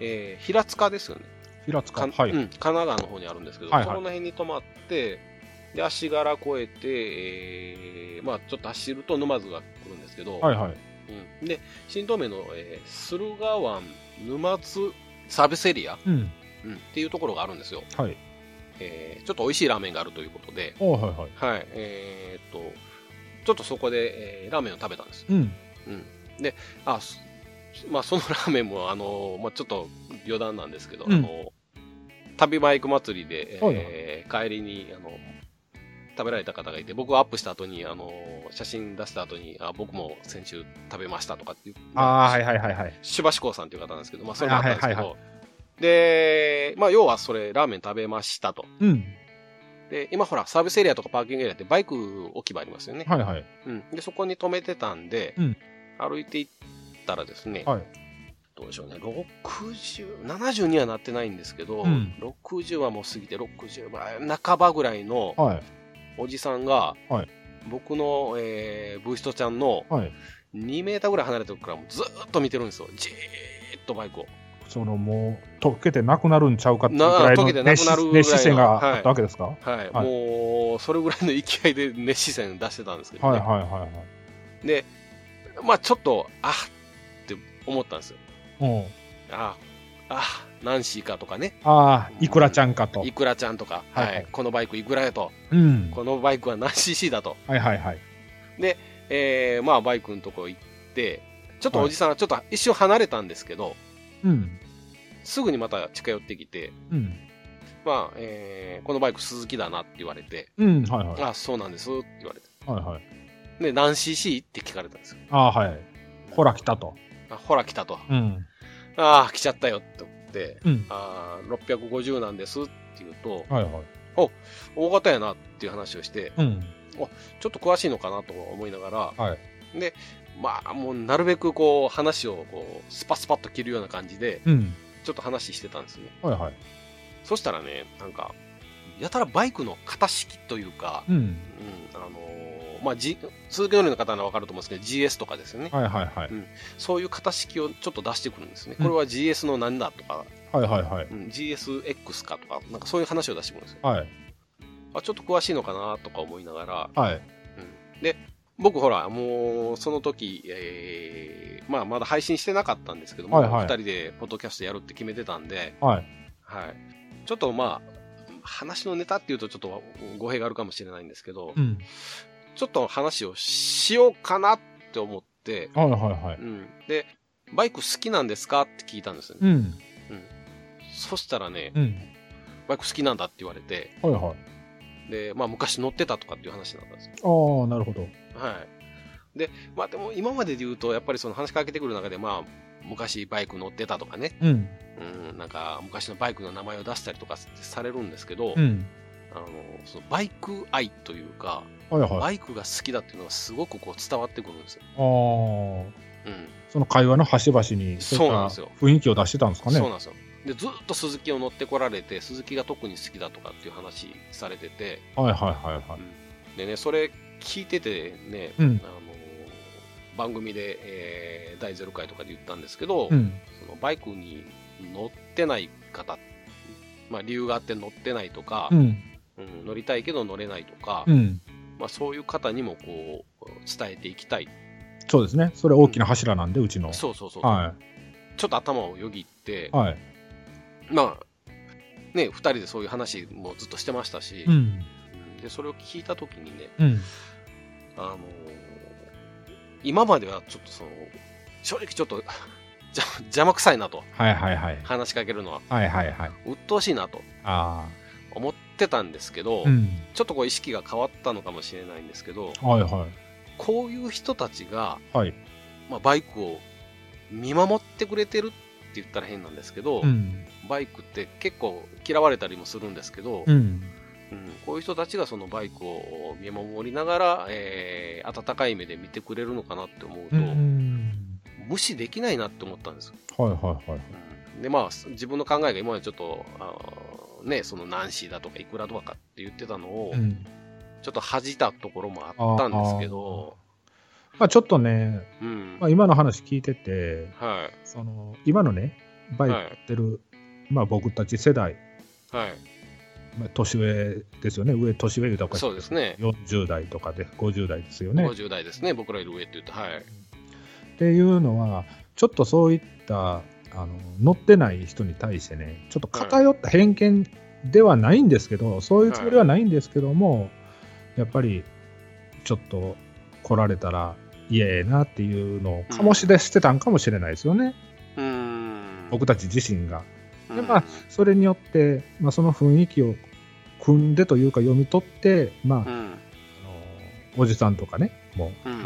[SPEAKER 1] えー平塚ですよね、
[SPEAKER 2] 平塚。
[SPEAKER 1] か
[SPEAKER 2] はい。
[SPEAKER 1] う
[SPEAKER 2] はい。
[SPEAKER 1] ん、神奈川の方にあるんですけど、
[SPEAKER 2] はいはい
[SPEAKER 1] そこの辺に泊まって、で足柄越えて、えーまあ、ちょっと走ると沼津が来るんですけど、
[SPEAKER 2] はい。
[SPEAKER 1] うん、で新東名の、えー駿河湾沼津サービスエリア、
[SPEAKER 2] うん。
[SPEAKER 1] うんっていうところがあるんですよ、
[SPEAKER 2] はい。
[SPEAKER 1] えーちょっと美味しいラーメンがあるということで。
[SPEAKER 2] おはいはい。
[SPEAKER 1] はい、えーっと、ちょっとそこで、えーラーメンを食べたんです。
[SPEAKER 2] うん。
[SPEAKER 1] あ、そまあ、そのラーメンも、あの、まあ、ちょっと余談なんですけど、
[SPEAKER 2] うん
[SPEAKER 1] あの、旅バイク祭りで、
[SPEAKER 2] はいはい
[SPEAKER 1] えー帰りに、あの、食べられた方がいて、僕はアップした後に、あの、写真出した後に、あ、僕も先週食べましたとかっていう、
[SPEAKER 2] ああ、はいはいはいはい。
[SPEAKER 1] しばしこうさんっていう方なんですけど、まあ、それもあったんですけど、
[SPEAKER 2] はい
[SPEAKER 1] で、まあ、要はそれ、ラーメン食べましたと。
[SPEAKER 2] うん。
[SPEAKER 1] で、今ほら、サービスエリアとかパーキングエリアってバイク置き場ありますよね。
[SPEAKER 2] はいはい。
[SPEAKER 1] うん、でそこに止めてたんで、
[SPEAKER 2] うん
[SPEAKER 1] 歩いていったらですね、
[SPEAKER 2] はい
[SPEAKER 1] どうでしょうね60 70にはなってないんですけど、
[SPEAKER 2] うん
[SPEAKER 1] 60はもう過ぎて60まあ半ばぐらいの
[SPEAKER 2] はい。
[SPEAKER 1] おじさんが、
[SPEAKER 2] はい
[SPEAKER 1] 僕の、えーブーストちゃんの
[SPEAKER 2] はい。
[SPEAKER 1] 2メーターぐらい離れてるからもうずーっと見てるんですよじーっとバイクを
[SPEAKER 2] そのもう、溶けてなくなるんちゃうかっていうぐら
[SPEAKER 1] な
[SPEAKER 2] いの
[SPEAKER 1] 溶けてなく
[SPEAKER 2] 熱
[SPEAKER 1] なるぐらいの
[SPEAKER 2] 視熱視線が
[SPEAKER 1] はい
[SPEAKER 2] あったわけですか、はい、
[SPEAKER 1] はい、
[SPEAKER 2] はい
[SPEAKER 1] もうそれぐらいの勢いで熱視線出してたんですけど、ね
[SPEAKER 2] はいはいはいはい
[SPEAKER 1] でまあちょっとあっって思ったんですよ
[SPEAKER 2] うん。
[SPEAKER 1] ああナンシーかとかね
[SPEAKER 2] ああ、いくらちゃんかと
[SPEAKER 1] イ。クラちゃんとか、
[SPEAKER 2] は
[SPEAKER 1] はいい
[SPEAKER 2] はい
[SPEAKER 1] このバイクいくらやと
[SPEAKER 2] うん。
[SPEAKER 1] このバイクは何 cc だと、
[SPEAKER 2] はいはいはい。
[SPEAKER 1] えーまあバイクのとこ行ってちょっとおじさんはちょっと一瞬離れたんですけど、
[SPEAKER 2] うん。
[SPEAKER 1] すぐにまた近寄ってきて、
[SPEAKER 2] うん。
[SPEAKER 1] まあえーこのバイク鈴木だなって言われて、
[SPEAKER 2] うん。はいはい。
[SPEAKER 1] あそうなんですって言われて
[SPEAKER 2] はいはい。
[SPEAKER 1] で何 cc って聞かれたんですよ
[SPEAKER 2] ああー、はい。ほら来たと。
[SPEAKER 1] あほら来たと
[SPEAKER 2] うん。
[SPEAKER 1] ああ来ちゃったよって思って
[SPEAKER 2] うん。
[SPEAKER 1] ああ650なんですって言うと
[SPEAKER 2] はいはい。
[SPEAKER 1] 大型やなっていう話をして
[SPEAKER 2] うん。
[SPEAKER 1] ちょっと詳しいのかなと思いながら、
[SPEAKER 2] は
[SPEAKER 1] でまあもうなるべくこう話をこうスパスパッと切るような感じで
[SPEAKER 2] うん。
[SPEAKER 1] ちょっと話してたんですね
[SPEAKER 2] はいはい。
[SPEAKER 1] そしたらねなんかやたらバイクの型式というか、
[SPEAKER 2] うん。
[SPEAKER 1] うんあのーまあ、G、鈴木のりの方なら分かると思うんですけど GS とかですよね
[SPEAKER 2] はいはいはい。
[SPEAKER 1] そういう型式をちょっと出してくるんですね
[SPEAKER 2] うん
[SPEAKER 1] これは GS の何だとか、
[SPEAKER 2] はいはいはい。
[SPEAKER 1] うん、GSX かとかなんかそういう話を出してくるんですよ
[SPEAKER 2] はい。
[SPEAKER 1] あちょっと詳しいのかなとか思いながら
[SPEAKER 2] はい。
[SPEAKER 1] 僕ほらもうその時、えーまあ、まだ配信してなかったんですけども、
[SPEAKER 2] はいは
[SPEAKER 1] 2
[SPEAKER 2] い
[SPEAKER 1] 人でポッドキャストやるって決めてたんで、
[SPEAKER 2] はい。
[SPEAKER 1] はい、ちょっとまあ話のネタっていうとちょっと語弊があるかもしれないんですけど、
[SPEAKER 2] うん。
[SPEAKER 1] ちょっと話をしようかなって思って、
[SPEAKER 2] はいはいはい。
[SPEAKER 1] うん、でバイク好きなんですかって聞いたんですよね、
[SPEAKER 2] うん。
[SPEAKER 1] そしたらね
[SPEAKER 2] うん。
[SPEAKER 1] バイク好きなんだって言われて
[SPEAKER 2] はいはい。
[SPEAKER 1] で、まあ、昔乗ってたとかっていう話になったんですよ
[SPEAKER 2] ああ、なるほど。
[SPEAKER 1] はい。で、まあでも今までで言うと、やっぱりその話しかけてくる中で、まあ、昔バイク乗ってたとかね、
[SPEAKER 2] うん。
[SPEAKER 1] うん、なんか昔のバイクの名前を出したりとかされるんですけど、
[SPEAKER 2] うん。
[SPEAKER 1] あのそのバイク愛というか、
[SPEAKER 2] はいはい。ああ
[SPEAKER 1] バイクが好きだっていうのがすごくこう伝わってくるんですよ。。うん、
[SPEAKER 2] その会話の端々に、
[SPEAKER 1] そうなんですよ
[SPEAKER 2] そういった雰囲気を出してたんですかね。
[SPEAKER 1] そうなんですよ。で、ずっと鈴木を乗ってこられて、鈴木が特に好きだとかっていう話されてて、
[SPEAKER 2] はいはいはいはい。
[SPEAKER 1] でね、それ聞いててね、
[SPEAKER 2] うん
[SPEAKER 1] あの番組で、えー第0回とかで言ったんですけど、
[SPEAKER 2] うん。
[SPEAKER 1] そのバイクに乗ってない方、まあ、理由があって乗ってないとか、
[SPEAKER 2] うん。
[SPEAKER 1] うん乗りたいけど乗れないとか、
[SPEAKER 2] うん。
[SPEAKER 1] まあ、そういう方にもこう伝えていきたい、
[SPEAKER 2] そうですね。それ大きな柱なんで、うちの。
[SPEAKER 1] そうそうそう、
[SPEAKER 2] は
[SPEAKER 1] ちょっと頭をよぎって
[SPEAKER 2] い。、はい。
[SPEAKER 1] まあね、2人でそういう話もずっとしてましたし、
[SPEAKER 2] うん。
[SPEAKER 1] うんでそれを聞いた時にね、
[SPEAKER 2] うん。
[SPEAKER 1] あのー今まではちょっとその正直ちょっと 邪邪魔くさいなと
[SPEAKER 2] はいはいはい。
[SPEAKER 1] 話しかけるのは
[SPEAKER 2] はいはいはい。
[SPEAKER 1] 鬱陶しいなと
[SPEAKER 2] あ
[SPEAKER 1] 思ってたんですけど、
[SPEAKER 2] あ。うん。
[SPEAKER 1] ちょっとこう意識が変わったのかもしれないんですけど、
[SPEAKER 2] はいは
[SPEAKER 1] こういう人たちが、
[SPEAKER 2] い。はい。
[SPEAKER 1] まあ、バイクを見守ってくれてるって言ったら変なんですけど、
[SPEAKER 2] うん。
[SPEAKER 1] バイクって結構嫌われたりもするんですけど、
[SPEAKER 2] う
[SPEAKER 1] う
[SPEAKER 2] ん。
[SPEAKER 1] んこういう人たちがそのバイクを見守りながら、えー温かい目で見てくれるのかなって思うと、
[SPEAKER 2] うん。
[SPEAKER 1] 無視できないなって思ったんですよ。
[SPEAKER 2] はいはいはい。
[SPEAKER 1] うんでまあ自分の考えが今までちょっとあーねそのナンシーだとかいくらとかって言ってたのを、
[SPEAKER 2] うん。
[SPEAKER 1] ちょっと恥じたところもあったんですけど、
[SPEAKER 2] まあちょっとね、
[SPEAKER 1] うん、
[SPEAKER 2] まあ、今の話聞いてて、
[SPEAKER 1] はい
[SPEAKER 2] その、今のね、バイクやってる、まあ僕たち世代、
[SPEAKER 1] はい
[SPEAKER 2] まあ、年上ですよね。上、年上言うたらおかしい
[SPEAKER 1] そうですね
[SPEAKER 2] 40代とかで、50代ですよね。
[SPEAKER 1] 50代ですね僕らより上って言ってはい
[SPEAKER 2] っていうのはちょっとそういったあの乗ってない人に対してねちょっと偏った偏見ではないんですけど、そういうつもりはないんですけども、やっぱりちょっと来られたら嫌やなっていうのを醸し出してたんかもしれないですよね、
[SPEAKER 1] うーん
[SPEAKER 2] 僕たち自身が。
[SPEAKER 1] うん
[SPEAKER 2] でまあそれによって、まあ、その雰囲気を組んでというか読み取って、まあ
[SPEAKER 1] う
[SPEAKER 2] あの
[SPEAKER 1] ん
[SPEAKER 2] おじさんとかねもう
[SPEAKER 1] うん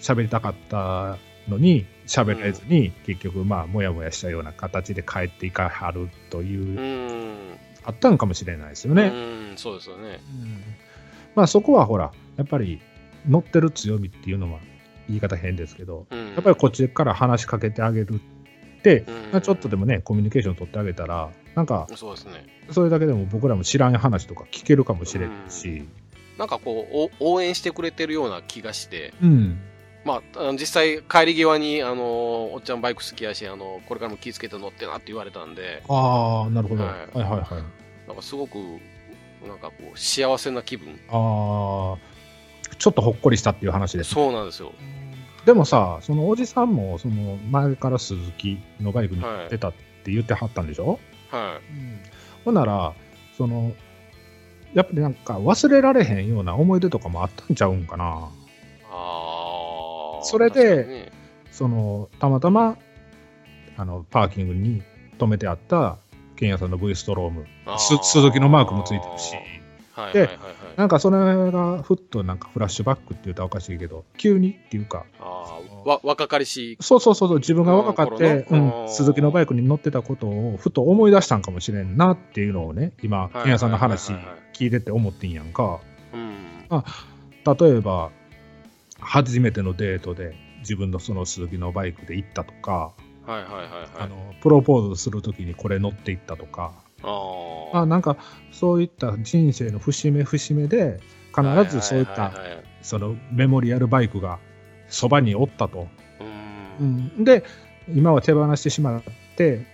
[SPEAKER 2] 喋りたかったのに喋れずに、結局まあもやもやしたような形で帰っていかはるという、
[SPEAKER 1] うーん
[SPEAKER 2] あったのかもしれないですよ
[SPEAKER 1] う
[SPEAKER 2] ね、
[SPEAKER 1] ーんそうですよね
[SPEAKER 2] うんまあそこはほらやっぱり乗ってる強みっていうのは言い方変ですけど
[SPEAKER 1] や
[SPEAKER 2] やっぱりこっちから話しかけてあげるって、まあちょっとで
[SPEAKER 1] も
[SPEAKER 2] もねコミュニケーション取ってあげたらなんか
[SPEAKER 1] そうですね
[SPEAKER 2] それだけでも僕らも知らん話とか聞けるかもしれないし
[SPEAKER 1] なんかこうお応援してくれてるような気がして
[SPEAKER 2] うん、
[SPEAKER 1] まあ、あの実際帰り際に、あのおっちゃんバイク好きやし、あのこれからも気ぃつけて乗ってなって言われたんで、
[SPEAKER 2] ああ、なるほど。は
[SPEAKER 1] はいい
[SPEAKER 2] はいはい。
[SPEAKER 1] なんかすごく、なんかこう、幸せな気分。
[SPEAKER 2] ああ、ちょっとほっこりしたっていう話です。
[SPEAKER 1] そうなんですよ。
[SPEAKER 2] でもさ、そのおじさんも、その前から鈴木のバイクに乗ってたって言ってはったんでしょ、
[SPEAKER 1] は
[SPEAKER 2] ほんなら、その、やっぱりなんか忘れられへんような思い出とかもあったんちゃうんかな。
[SPEAKER 1] い。ああ。
[SPEAKER 2] それ
[SPEAKER 1] 確
[SPEAKER 2] で
[SPEAKER 1] かにね
[SPEAKER 2] その、たまたま、あの、パーキングに止めてあった、ケンヤさんの V ストローム、
[SPEAKER 1] あー
[SPEAKER 2] す鈴木のマークもついてるし、
[SPEAKER 1] はいはい
[SPEAKER 2] で
[SPEAKER 1] はいはい。
[SPEAKER 2] なんかそれがふっとなんかフラッシュバックって言うたらおかしいけど、急にっていうか、
[SPEAKER 1] ああ、わ、若かりしい。
[SPEAKER 2] そうそうそうそう、自分が若かって、
[SPEAKER 1] う
[SPEAKER 2] うんん、鈴木のバイクに乗ってたことをふと思い出したんかもしれんなっていうのをね、今、
[SPEAKER 1] いはいはいはい
[SPEAKER 2] ケンヤさんの話聞いてて思ってんやんか。
[SPEAKER 1] うん。
[SPEAKER 2] 例えば初めてのデートで自分のその鈴木のバイクで行ったとか、
[SPEAKER 1] はいはいはいは
[SPEAKER 2] あ
[SPEAKER 1] い。
[SPEAKER 2] のプロポーズする時にこれ乗って行ったとか、
[SPEAKER 1] あ
[SPEAKER 2] まあ、
[SPEAKER 1] あ。
[SPEAKER 2] なんかそういった人生の節目節目で必ずそういっ
[SPEAKER 1] はは
[SPEAKER 2] た
[SPEAKER 1] ははい
[SPEAKER 2] そのメモリアルバイクがそばにおったと。
[SPEAKER 1] う。
[SPEAKER 2] うんん、で今は手放してしまって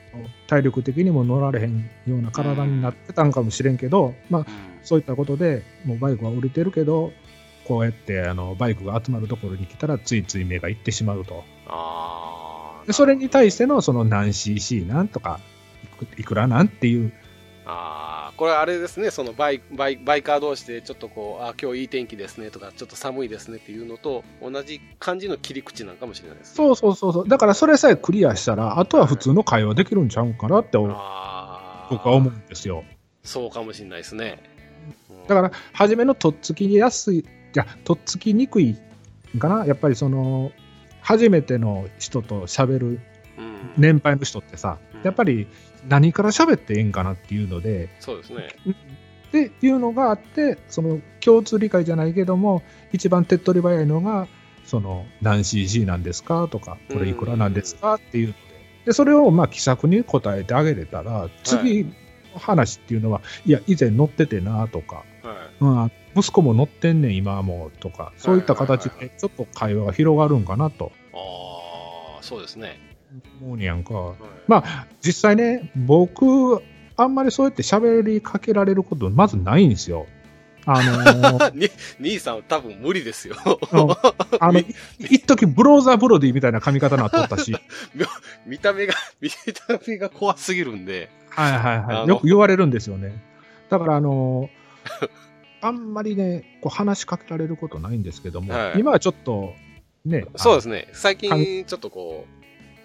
[SPEAKER 2] 体力的にも乗られへんような体になってたんかもしれんけど、まあ、
[SPEAKER 1] うん
[SPEAKER 2] そういったことでもうバイクは売れてるけどこうやってあのバイクが集まるところに来たらついつい目が行ってしまうと
[SPEAKER 1] ああ。。
[SPEAKER 2] でそれに対しててのその何 cc なんとかいくいくらなんっていう
[SPEAKER 1] ああ、これあれですね、そのバイバイバイカー同士でちょっとこう、ああ、今日いい天気ですねとか、ちょっと寒いですねっていうのと、同じ感じの切り口なんかもしれないですね。
[SPEAKER 2] そうそうそうそうだからそれさえクリアしたらあとは普通の会話できるんちゃうかなって僕
[SPEAKER 1] ああ。
[SPEAKER 2] は思うんですよ
[SPEAKER 1] そうかもしれないですね。、
[SPEAKER 2] だからら初めのとっつきやすいいやとっつきにくいんかなやっぱりその初めての人と喋る
[SPEAKER 1] うん、
[SPEAKER 2] 年配の人ってさやっぱり何から喋ってええんかなっていうので
[SPEAKER 1] そうですね。
[SPEAKER 2] っていうのがあってその共通理解じゃないけども一番手っ取り早いのがその何 cc なんですかとかこれいくらなんですかっていうのででそれをまあ気さくに答えてあげれたら次の話っていうのは、い、や以前乗っててなとか、
[SPEAKER 1] は
[SPEAKER 2] うん、息子も乗ってんねん今もとかそういった形
[SPEAKER 1] はいはい
[SPEAKER 2] でちょっと会話が広がるんかなと
[SPEAKER 1] い。ああ、そうですね。
[SPEAKER 2] 思うねやんか
[SPEAKER 1] はい
[SPEAKER 2] まあ実際ね僕あんまりそうやって喋りかけられることまずないんですよ。あの ー
[SPEAKER 1] に兄さんは多分無理 ですよ。
[SPEAKER 2] うんあの、い一時ブローザーブロディみたいな髪型なっとった し、
[SPEAKER 1] 見た目が、見た目が怖すぎるんで。
[SPEAKER 2] はいはい
[SPEAKER 1] あの
[SPEAKER 2] はい。よく言われるんですよね。だから、あのーあんまりね、こう話しかけられることないんですけども、
[SPEAKER 1] はい
[SPEAKER 2] 今はちょっと、ね、。
[SPEAKER 1] そうですすね。最近、ちょっとこ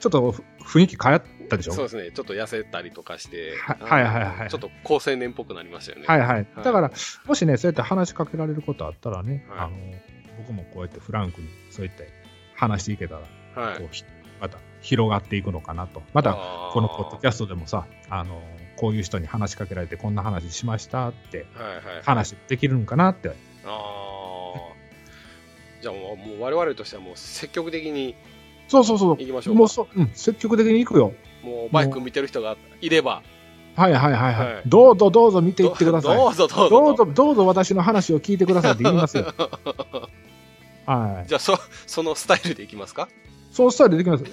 [SPEAKER 2] ちょっとふ雰囲気変わったで
[SPEAKER 1] う、
[SPEAKER 2] しょ
[SPEAKER 1] そうですね。ちょっと痩せたりとかして、
[SPEAKER 2] は
[SPEAKER 1] あの
[SPEAKER 2] はいはいはい
[SPEAKER 1] ちょっと高青年っぽくなりましたよね。。
[SPEAKER 2] はいいはい。だから、もしね、そうやって話しかけられることあったらね、
[SPEAKER 1] はい
[SPEAKER 2] あのー僕もこうやってフランクに、そうやって話していけたら、
[SPEAKER 1] はい
[SPEAKER 2] こうひまた広がっていくのかなと。また、このポッドキ
[SPEAKER 1] ャ
[SPEAKER 2] ャストでもさ、あのこういう人に話しかけられてこんな話しましたって
[SPEAKER 1] スト。はいはい。
[SPEAKER 2] 話できるのかなって、
[SPEAKER 1] ああ。じゃあもう、もう我々としてはもう積極的に
[SPEAKER 2] そうそうそう
[SPEAKER 1] 行きましょうか
[SPEAKER 2] もうそう、うん、積極的に行くよ
[SPEAKER 1] もうバイク見てる人がいれば、
[SPEAKER 2] はいはいはいはい、
[SPEAKER 1] はい
[SPEAKER 2] どうぞどうぞ見ていってください
[SPEAKER 1] どうぞどうぞ。
[SPEAKER 2] どうぞどうぞ私の話を聞いてくださいって言い ますよはい
[SPEAKER 1] じゃあ、そ、そのスタイルでいきますか
[SPEAKER 2] そうスタイルできます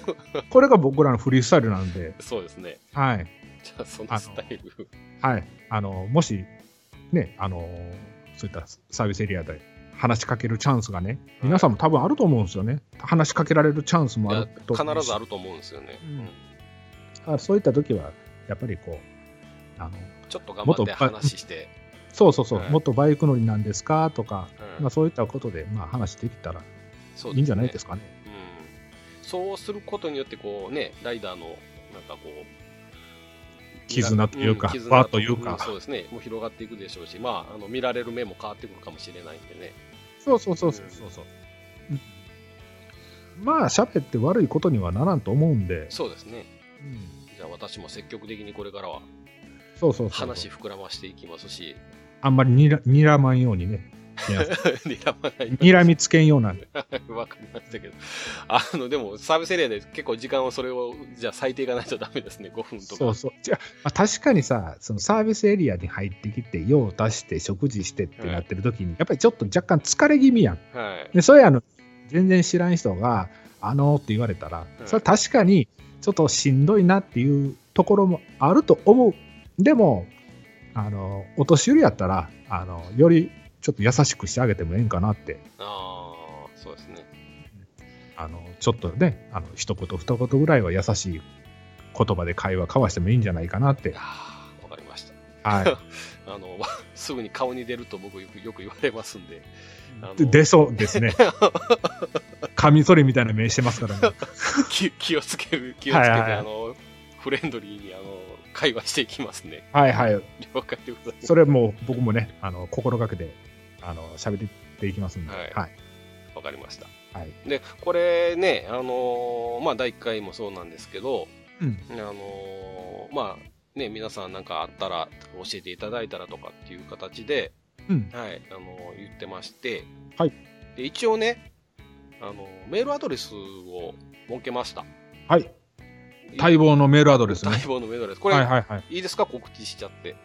[SPEAKER 2] これが僕らのフリースタイルなんで
[SPEAKER 1] そうですね。
[SPEAKER 2] はい
[SPEAKER 1] じゃあ、そのスタイル。
[SPEAKER 2] はいあのもしねあのそういったサービスエリアで話しかけるチャンスがね皆さんも多分あると思うんですよね話しかけられるチャンスも
[SPEAKER 1] い
[SPEAKER 2] あ
[SPEAKER 1] や
[SPEAKER 2] ると
[SPEAKER 1] 必
[SPEAKER 2] 思うし
[SPEAKER 1] ずあると思うんですよね。
[SPEAKER 2] うんあそういった時はやっぱりこうあの
[SPEAKER 1] ちょっと頑張って
[SPEAKER 2] もっと
[SPEAKER 1] 話して、
[SPEAKER 2] そうそうそう、
[SPEAKER 1] はい
[SPEAKER 2] もっとバイク乗りなんですかとか、
[SPEAKER 1] うん
[SPEAKER 2] まあ、そういったことで、まあ、話できたら
[SPEAKER 1] そう
[SPEAKER 2] いいんじゃないです
[SPEAKER 1] か、
[SPEAKER 2] かね。
[SPEAKER 1] うん、そうすることによってこうねライダーのなんかこう
[SPEAKER 2] 絆というか
[SPEAKER 1] ん絆
[SPEAKER 2] 輪というか
[SPEAKER 1] んそうですねもう広がっていくでしょうしまああの見られる目も変わってくるかもしれないんでね
[SPEAKER 2] そうそうそうそうそうそう、うん、まあ喋って悪いことにはならんと思うんで、
[SPEAKER 1] そうですね
[SPEAKER 2] うん、
[SPEAKER 1] じゃあ私も積極的にこれからは
[SPEAKER 2] そうそうそうそう
[SPEAKER 1] 話膨らましていきますし
[SPEAKER 2] あんまりにらにらまんようにね皆さん
[SPEAKER 1] 睨まない
[SPEAKER 2] にらみつけんような
[SPEAKER 1] 分かりましたけどあのでもサービスエリアで結構時間をそれをじゃあ最低がないとダメですね5分とか
[SPEAKER 2] そうそう違う、まあ、確かにさそのサービスエリアに入ってきて用を足して食事してってなってる時に、やっぱりちょっと若干疲れ気味やん
[SPEAKER 1] はい
[SPEAKER 2] で、それあの、全然知らん人が、あのーって言われたら、
[SPEAKER 1] うん
[SPEAKER 2] それは確かにちょっとしんどいなっていうところもあると思う。でも、あのーお年寄りやったら、あのーよりちょっと優しくしてあげてもええんかなって、
[SPEAKER 1] ああ、そうですね。
[SPEAKER 2] あのーちょっとね、あの一言二言ぐらいは優しい言葉で会話交わしてもいいんじゃないかなって。
[SPEAKER 1] ああ、わかりました。
[SPEAKER 2] は
[SPEAKER 1] あの、すぐに顔に出ると僕よくよく言われますんで。 あの
[SPEAKER 2] い、で出そうで すね。カミソリみたいな目してますからね。
[SPEAKER 1] 気気をつける、気をつけて、
[SPEAKER 2] はいはいはい
[SPEAKER 1] あの、フレンドリーに、あの、会話していきますね。
[SPEAKER 2] はいはい。
[SPEAKER 1] 了解でございます。
[SPEAKER 2] それもう僕もね、あの心がけて、あの喋っていきますんで、
[SPEAKER 1] は
[SPEAKER 2] はいい、はい、
[SPEAKER 1] わかりました。
[SPEAKER 2] はい
[SPEAKER 1] で、これね、あのまあ、第1回もそうなんですけど、
[SPEAKER 2] うん
[SPEAKER 1] あのまあ、ね、皆さんなんかあったら教えていただいたらとかっていう形で、
[SPEAKER 2] うん、
[SPEAKER 1] はい、あの言ってまして、
[SPEAKER 2] はい
[SPEAKER 1] で一応ねあの、メールアドレスを設けました。
[SPEAKER 2] はい、待望のメールアドレスね。
[SPEAKER 1] 待望のメールアドレス。これ、
[SPEAKER 2] はい
[SPEAKER 1] い
[SPEAKER 2] はいはい。
[SPEAKER 1] い、ですか告知しちゃって。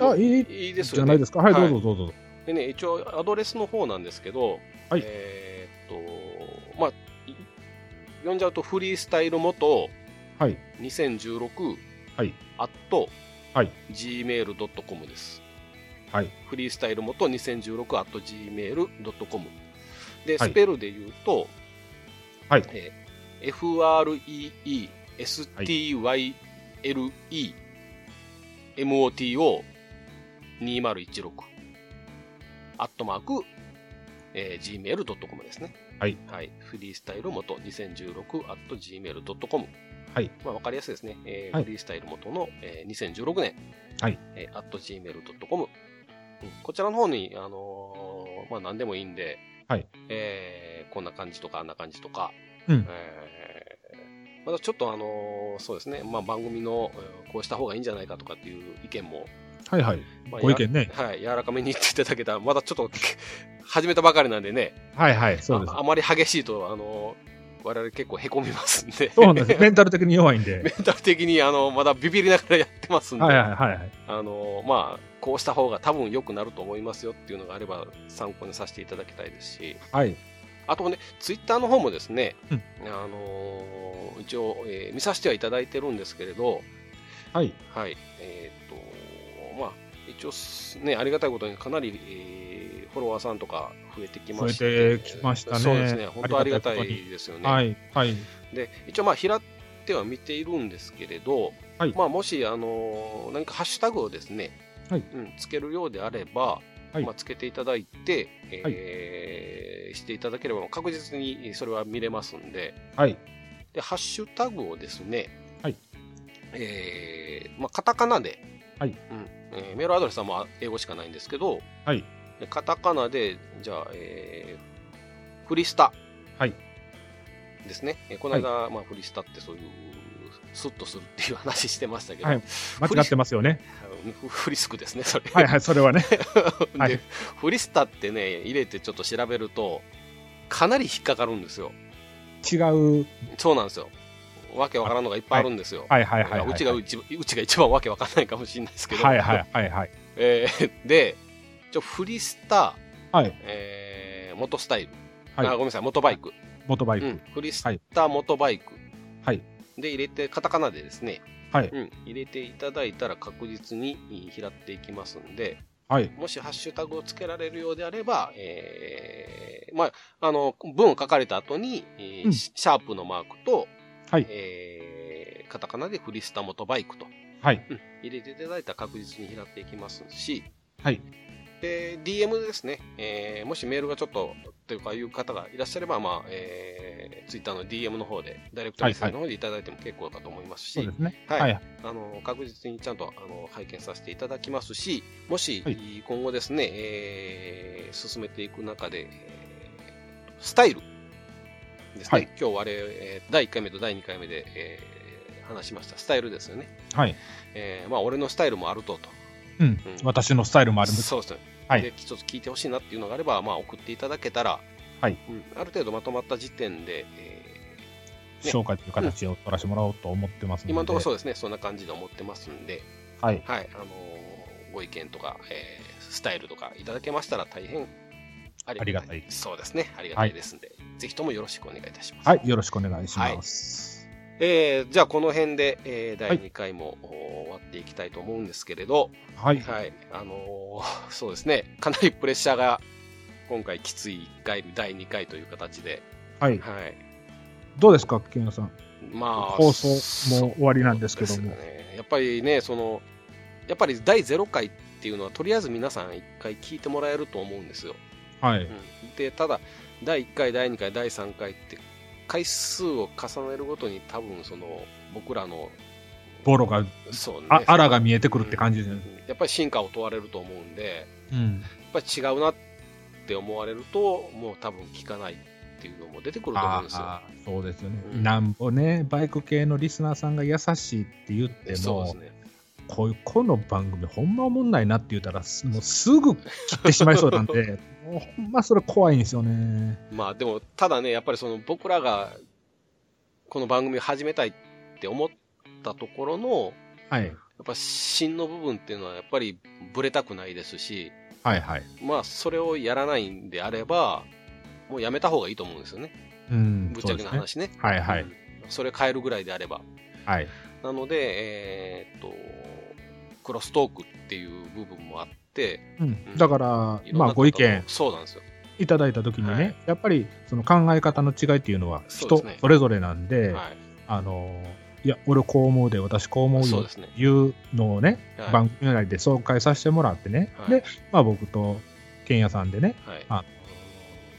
[SPEAKER 2] あ、いい
[SPEAKER 1] いいです
[SPEAKER 2] じ
[SPEAKER 1] よ
[SPEAKER 2] ゃない
[SPEAKER 1] ね
[SPEAKER 2] で。すか。はい、
[SPEAKER 1] はい
[SPEAKER 2] どうぞどうぞ。
[SPEAKER 1] でね、一応アドレスの方なんですけど、
[SPEAKER 2] はい
[SPEAKER 1] えーっと、まあ、い呼んじゃうとフリースタイル元
[SPEAKER 2] はい、
[SPEAKER 1] 2016、
[SPEAKER 2] はい、
[SPEAKER 1] アット、
[SPEAKER 2] はい
[SPEAKER 1] gmail.com です。
[SPEAKER 2] はい、
[SPEAKER 1] フリースタイル元2016 at gmail.com で、
[SPEAKER 2] はい
[SPEAKER 1] スペルで言うと、
[SPEAKER 2] はい
[SPEAKER 1] えー freestyle moto2016 アットマーク、えー gmail.com ですね。
[SPEAKER 2] はい。
[SPEAKER 1] はい。フリースタイル元2016 at gmail.com。
[SPEAKER 2] はい。
[SPEAKER 1] まあ、わかりやすいですね。えー
[SPEAKER 2] はい
[SPEAKER 1] フリースタイル元の、えー2016年。
[SPEAKER 2] はい。
[SPEAKER 1] えー、at gmail.com。うんこちらの方に、あのーまあ何でもいいんで、
[SPEAKER 2] はい
[SPEAKER 1] えーこんな感じとかあんな感じとか、
[SPEAKER 2] うん
[SPEAKER 1] えーまたちょっとあのーそうですね、まあ番組のえーこうした方がいいんじゃないかとかっていう意見も、
[SPEAKER 2] はいはい。
[SPEAKER 1] まあ
[SPEAKER 2] ご意見ね。
[SPEAKER 1] やはい、柔らかめに言っていただけたら、まだちょっと 始めたばかりなんでね、
[SPEAKER 2] はいはい、そうです
[SPEAKER 1] あ。あまり激しいと、あのー我々結構へこみますんで、
[SPEAKER 2] そうなん です。メンタル的に弱いんで。
[SPEAKER 1] メンタル的にあのまだビビりながらやってますんで、
[SPEAKER 2] はいはいはいはい。
[SPEAKER 1] あのまあこうした方が多分良くなると思いますよっていうのがあれば参考にさせていただきたいですし
[SPEAKER 2] はい。
[SPEAKER 1] あとねツイッターの方もですね、
[SPEAKER 2] うん
[SPEAKER 1] あの一応、えー見させてはいただいてるんですけれど
[SPEAKER 2] はい。
[SPEAKER 1] はいえーっとまあ一応すねありがたいことにかなり、えーフォロワーさんとか増えてきまして
[SPEAKER 2] 増えてきましたね
[SPEAKER 1] そうですね本当ありがた
[SPEAKER 2] ありがたいこ
[SPEAKER 1] いですよね
[SPEAKER 2] はい。はい。
[SPEAKER 1] で一応まあ拾っては見ているんですけれど、
[SPEAKER 2] はい
[SPEAKER 1] まあ、もし、あの何かハッシュタグをですね、
[SPEAKER 2] はい
[SPEAKER 1] うん、つけるようであれば、
[SPEAKER 2] はい
[SPEAKER 1] まあ、つけていただいて、えーしていただければ確実にそれは見れますんで
[SPEAKER 2] はい。
[SPEAKER 1] でハッシュタグをですね、
[SPEAKER 2] はい
[SPEAKER 1] えーまあ、カタカナで、
[SPEAKER 2] はい
[SPEAKER 1] うんえーメールアドレスはまあ英語しかないんですけど、
[SPEAKER 2] はい
[SPEAKER 1] でカタカナでじゃあ、えーフリスタ
[SPEAKER 2] はい。
[SPEAKER 1] ですね、えーこの間、まあ、フリスタってそういう、スッとするっていう話してましたけど、
[SPEAKER 2] はい間違ってますよね。
[SPEAKER 1] あのフ フリスクですね、それ。
[SPEAKER 2] はいはい、そ れはね。
[SPEAKER 1] で
[SPEAKER 2] はい
[SPEAKER 1] フリスタってね、入れてちょっと調べると、かなり引っかかるんですよ。
[SPEAKER 2] 違う。
[SPEAKER 1] そうなんですよ。わけわからんのがいっぱいあるんですよ。
[SPEAKER 2] はいはいはいはい。
[SPEAKER 1] うちがうちうちが一番わけわかんないかもしれないですけど、
[SPEAKER 2] はいはいはいはい。
[SPEAKER 1] えーでちょフリスタ、
[SPEAKER 2] はい。
[SPEAKER 1] えー、モトスタイル、
[SPEAKER 2] はい
[SPEAKER 1] あごめんなさい、モトバイク、
[SPEAKER 2] モトバイ
[SPEAKER 1] う
[SPEAKER 2] ク
[SPEAKER 1] ん。、フリスタモトバイク、
[SPEAKER 2] はい
[SPEAKER 1] で入れてカタカナでですね、
[SPEAKER 2] はい
[SPEAKER 1] うん、入れていただいたら確実にいい拾っていきますんで
[SPEAKER 2] はい。
[SPEAKER 1] もしハッシュタグをつけられるようであれば、えーまあ、あの文を書かれた後に、えー
[SPEAKER 2] うん
[SPEAKER 1] シャープのマークと、
[SPEAKER 2] はい
[SPEAKER 1] えーカタカナでフリスタモトバイクと、
[SPEAKER 2] はい。
[SPEAKER 1] うん入れていただいたら確実に拾っていきますし、
[SPEAKER 2] はい。
[SPEAKER 1] で、DM ですね、えーもしメールがちょっとというかいう方がいらっしゃれば、まあ、えー、Twitter の DM の方で、ダイレクトメッセージの方でいただいても結構だと思いますし、
[SPEAKER 2] そうですね。
[SPEAKER 1] はい
[SPEAKER 2] はい。
[SPEAKER 1] あの、確実にちゃんとあの拝見させていただきますし、もし、
[SPEAKER 2] はい
[SPEAKER 1] 今後ですね、えー進めていく中で、えースタイルですね、
[SPEAKER 2] はい
[SPEAKER 1] 今日我々、えー第1回目と第2回目で、えー話しました、スタイルですよね。
[SPEAKER 2] はい。
[SPEAKER 1] えーまあ、俺のスタイルもあるとと。
[SPEAKER 2] うん。私のスタイルもあるんです。
[SPEAKER 1] そうですね。
[SPEAKER 2] はい
[SPEAKER 1] で、一つ聞いてほしいなっていうのがあれば、まあ、送っていただけたら、
[SPEAKER 2] はい
[SPEAKER 1] うんある程度まとまった時点で、え
[SPEAKER 2] 紹介という形を取らせてもらおうと思ってますの
[SPEAKER 1] ー
[SPEAKER 2] で。
[SPEAKER 1] 今のところそうですね、そんな感じで思ってますんで、
[SPEAKER 2] はい。
[SPEAKER 1] はい、あのーご意見とか、えースタイルとかいただけましたら大変あ
[SPEAKER 2] ありがたい
[SPEAKER 1] そうですね、ありがたいですんで、ぜひともよろしくお願いいたします。
[SPEAKER 2] はい、よろしくお願いします。
[SPEAKER 1] えーじゃあこの辺で、えー第2回も、お終わっていきたいと思うんですけれど、
[SPEAKER 2] はい、
[SPEAKER 1] はい、あのー そうですね、かなりプレッシャーが今回きつい1回、第2回という形で、
[SPEAKER 2] はい、
[SPEAKER 1] はい、
[SPEAKER 2] どうですか、ケンヤさん。
[SPEAKER 1] まあ、
[SPEAKER 2] 放送も終わりなんですけど
[SPEAKER 1] そう
[SPEAKER 2] も
[SPEAKER 1] で。すね、やっぱりね、その、やっぱり第0回っていうのは、とりあえず皆さん1回聞いてもらえると思うんですよ。
[SPEAKER 2] は
[SPEAKER 1] う
[SPEAKER 2] い、
[SPEAKER 1] んで、ただ、第1回、第2回、第3回って、回数を重ねるごとに、多分その、僕らの、
[SPEAKER 2] ボロが、
[SPEAKER 1] そうね、
[SPEAKER 2] ああらが見えてくるって感じで
[SPEAKER 1] う。んやっぱり進化を問われると思うんで、
[SPEAKER 2] う
[SPEAKER 1] や
[SPEAKER 2] ん。
[SPEAKER 1] っぱり違うなって思われると、もう多分聞かないっていうのも出てくると思うん
[SPEAKER 2] あ
[SPEAKER 1] ですよ。
[SPEAKER 2] あ、そうですよ
[SPEAKER 1] う
[SPEAKER 2] ね。
[SPEAKER 1] ん
[SPEAKER 2] なんぼね、バイク系のリスナーさんが優しいって言って
[SPEAKER 1] そうです
[SPEAKER 2] も、
[SPEAKER 1] ね。
[SPEAKER 2] こういうこの番組、ほんまおもんないなって言ったら、すもうすぐ切ってしまいそうな んで、もうほんまそれ怖いんですよね。
[SPEAKER 1] まあでも、ただね、やっぱりその僕らがこの番組を始めたいって思ったところの、や
[SPEAKER 2] はい、
[SPEAKER 1] っぱ芯の部分っていうのはやっぱりブレたくないですし、
[SPEAKER 2] はい、はい。
[SPEAKER 1] まあそれをやらないんであれば、もうやめた方がいいと思うんですよね。
[SPEAKER 2] うん、
[SPEAKER 1] ぶっち
[SPEAKER 2] そ
[SPEAKER 1] ゃ
[SPEAKER 2] う
[SPEAKER 1] け
[SPEAKER 2] で
[SPEAKER 1] の
[SPEAKER 2] すね。
[SPEAKER 1] 話ね。
[SPEAKER 2] はい、は
[SPEAKER 1] う
[SPEAKER 2] い
[SPEAKER 1] ん、それ変えるぐらいであれば。
[SPEAKER 2] はい、
[SPEAKER 1] なので、えーっと、クロストークっていう部分もあって、
[SPEAKER 2] うん。だから、
[SPEAKER 1] いろんな
[SPEAKER 2] まあ、ご意
[SPEAKER 1] 方
[SPEAKER 2] 見
[SPEAKER 1] の。そうなんですよ。
[SPEAKER 2] いただいた時にね、
[SPEAKER 1] はい
[SPEAKER 2] やっぱりその考え方の違いっていうのは
[SPEAKER 1] そう
[SPEAKER 2] 人
[SPEAKER 1] ですね
[SPEAKER 2] それぞれなんで、
[SPEAKER 1] はい。
[SPEAKER 2] あのいや俺こう思うで私こう思う
[SPEAKER 1] そう
[SPEAKER 2] よ
[SPEAKER 1] ですね。
[SPEAKER 2] いうのをね、
[SPEAKER 1] はい
[SPEAKER 2] 番組内で紹介させてもらってね、
[SPEAKER 1] はい
[SPEAKER 2] で、まあ、僕と賢也さんでね
[SPEAKER 1] はい。
[SPEAKER 2] あ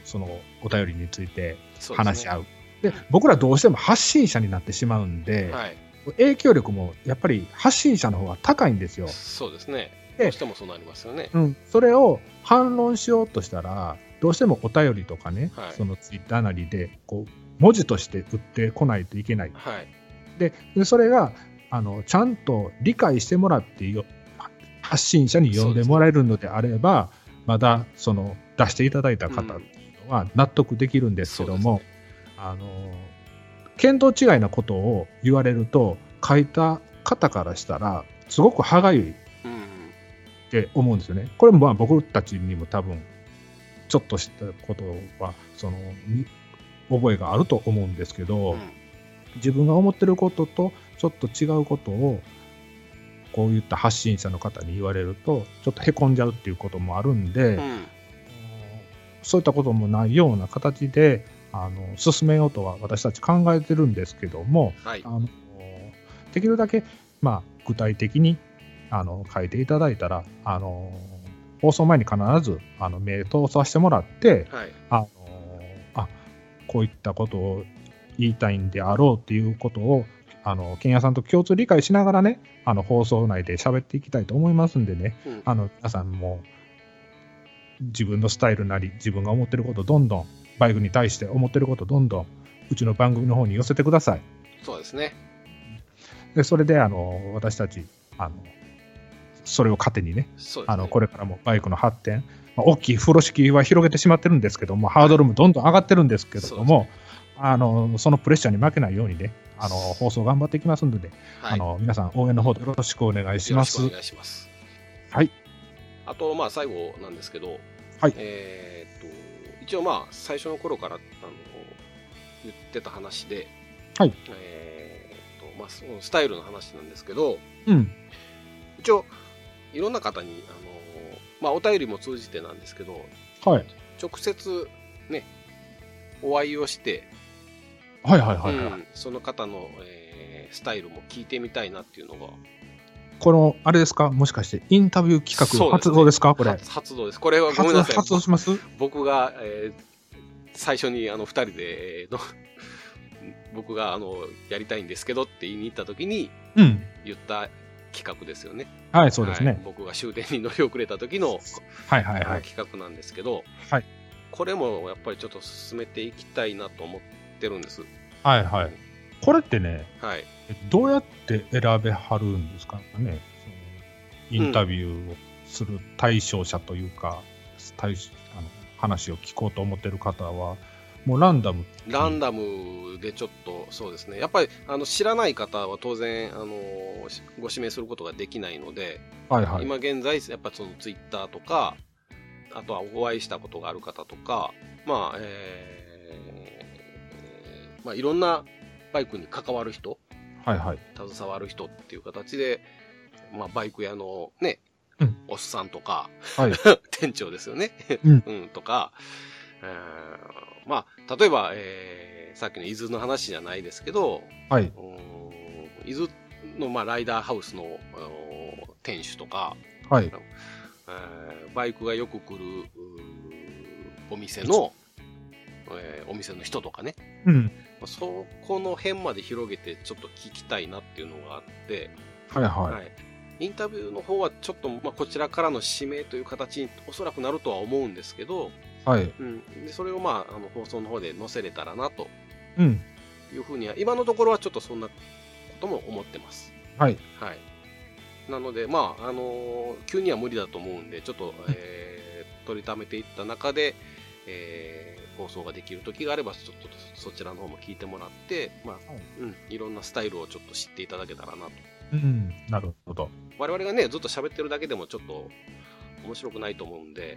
[SPEAKER 2] そのお便りについて
[SPEAKER 1] そうですね
[SPEAKER 2] 話し合うで,、僕らどうしても発信者になってしまうんで、
[SPEAKER 1] はい。
[SPEAKER 2] 影響力もやっぱり発信者の方が高いんですよ。
[SPEAKER 1] そうですね。
[SPEAKER 2] で
[SPEAKER 1] どうしてもそうなりますよね。
[SPEAKER 2] うん、それを反論しようとしたら、どうしてもお便りとかね、
[SPEAKER 1] はい
[SPEAKER 2] そのツイッターなりで、こう、文字として売ってこないといけない。
[SPEAKER 1] はい。
[SPEAKER 2] で、でそれが、あの、ちゃんと理解してもらってよ、発信者に呼んでもらえるのであれば、まだ、その、出していただいた方
[SPEAKER 1] うん
[SPEAKER 2] は納得できるんですけど
[SPEAKER 1] そう
[SPEAKER 2] も、
[SPEAKER 1] で
[SPEAKER 2] あの、見当違いなことを言われると、書いた方からしたら、すごく歯がゆい
[SPEAKER 1] すね
[SPEAKER 2] って思うんですよね。これもまあ僕たちにも多分ちょっとしたことはそのに覚えがあると思うんですけ
[SPEAKER 1] う
[SPEAKER 2] ど、
[SPEAKER 1] ん。うん
[SPEAKER 2] 自分が思ってることとちょっと違うことをこういった発信者の方に言われるとちょっとへこんじゃうっていうこともあるんで、
[SPEAKER 1] うん
[SPEAKER 2] そういったこともないような形であの進めようとは私たち考えてるんですけども、
[SPEAKER 1] はい
[SPEAKER 2] あ。のできるだけ、まあ、具体的にあの書いていただいたらあの放送前に必ずあの目通させてもらって
[SPEAKER 1] はい。
[SPEAKER 2] あのあこういったことを言いたいんであろうっていうことをあのケンヤさんと共通理解しながらねあの放送内で喋っていきたいと思いますんでね
[SPEAKER 1] うん
[SPEAKER 2] あの皆さんも自分のスタイルなり自分が思ってることどんどんバイクに対して思ってることどんどんうちの番組の方に寄せてください。
[SPEAKER 1] そうですね。
[SPEAKER 2] でそれであの私たちあのそれを糧にね
[SPEAKER 1] そうですね。
[SPEAKER 2] あのこれからもバイクの発展、まあ、大きい風呂敷は広げてしまってるんですけどもハードルもどんどん上がってるんですけれども、あのそのプレッシャーに負けないようにねあの放送頑張っていきますので、
[SPEAKER 1] はい
[SPEAKER 2] あの皆さん応援の方よろしくお願いし
[SPEAKER 1] よろ
[SPEAKER 2] ま
[SPEAKER 1] し
[SPEAKER 2] す
[SPEAKER 1] くお。願いします。
[SPEAKER 2] はい。
[SPEAKER 1] あと、まあ、最後なんですけど、
[SPEAKER 2] はい
[SPEAKER 1] えーっと、一応、まあ、最初の頃から、あの、言ってた話で、
[SPEAKER 2] はい。
[SPEAKER 1] えーっと、まあ、そのスタイルの話なんですけど、
[SPEAKER 2] うん、
[SPEAKER 1] 一応、いろんな方に、あの、まあ、お便りも通じてなんですけど、
[SPEAKER 2] はい、
[SPEAKER 1] 直接、ね、お会いをして、
[SPEAKER 2] はいはいはいはい、
[SPEAKER 1] うんその方の、えースタイルも聞いてみたいなっていうのが
[SPEAKER 2] このあれですかもしかしてインタビュー企
[SPEAKER 1] そう
[SPEAKER 2] 画
[SPEAKER 1] です
[SPEAKER 2] 発
[SPEAKER 1] ね
[SPEAKER 2] 動ですかこれ
[SPEAKER 1] 初発動です。これはごめん
[SPEAKER 2] 発
[SPEAKER 1] なさい。
[SPEAKER 2] 発動します
[SPEAKER 1] 僕が、えー最初にあの2人で、えーの 僕があのやりたいんですけどって言いに行った時に
[SPEAKER 2] うん
[SPEAKER 1] 言った企画ですよね。
[SPEAKER 2] はいそうです
[SPEAKER 1] はい
[SPEAKER 2] ね、
[SPEAKER 1] 僕が終電に乗り遅れた時の、
[SPEAKER 2] はい、はいはいはい
[SPEAKER 1] 企画なんですけど、
[SPEAKER 2] はい
[SPEAKER 1] これもやっぱりちょっと進めていきたいなと思ってるんです。
[SPEAKER 2] はいはいこれってね
[SPEAKER 1] はい。
[SPEAKER 2] どうやって選べはるんですかね、そのインタビューをする対象者というか、対象あの話を聞こうと思ってる方は、もうランダム、
[SPEAKER 1] ランダムでちょっと、そうですね。やっぱり、あの、知らない方は当然、あの、しご指名することができないので、
[SPEAKER 2] はいはい、
[SPEAKER 1] 今現在、やっぱそのツイッターとか、あとはお会いしたことがある方とか、まあ、ええーまあ、いろんなバイクに関わる人、
[SPEAKER 2] はいはい。
[SPEAKER 1] 携わる人っていう形で、まあ、バイク屋のね、
[SPEAKER 2] うん
[SPEAKER 1] おっさんとか、
[SPEAKER 2] はい
[SPEAKER 1] 店長ですよね、
[SPEAKER 2] う ん
[SPEAKER 1] うんとか、えーまあ、例えば、えーさっきの伊豆の話じゃないですけど、
[SPEAKER 2] はい。
[SPEAKER 1] うーん伊豆の、まあ、ライダーハウスのあの店主とか、
[SPEAKER 2] はい。
[SPEAKER 1] えーバイクがよく来るうーお店の、えーお店の人とかね、
[SPEAKER 2] うん。
[SPEAKER 1] まあそこの辺まで広げてちょっと聞きたいなっていうのがあって、
[SPEAKER 2] はいはい。
[SPEAKER 1] はいインタビューの方はちょっと、まあ、こちらからの指名という形におそらくなるとは思うんですけど、
[SPEAKER 2] はい。
[SPEAKER 1] うん、でそれを、まあ、あの放送の方で載せれたらなと
[SPEAKER 2] うん。
[SPEAKER 1] いうふうには今のところはちょっとそんなことも思ってます。
[SPEAKER 2] はい。
[SPEAKER 1] はい、なので、まああのー急には無理だと思うんで、ちょっと、えー取りためていった中で、えー放送ができる時があれば、ちょっとそちらの方も聞いてもらって、まあ
[SPEAKER 2] はい
[SPEAKER 1] うん、いろんなスタイルをちょっと知っていただけたらなと。
[SPEAKER 2] うん。なるほど。
[SPEAKER 1] 我々がね、ずっと喋ってるだけでもちょっと面白くないと思うんで、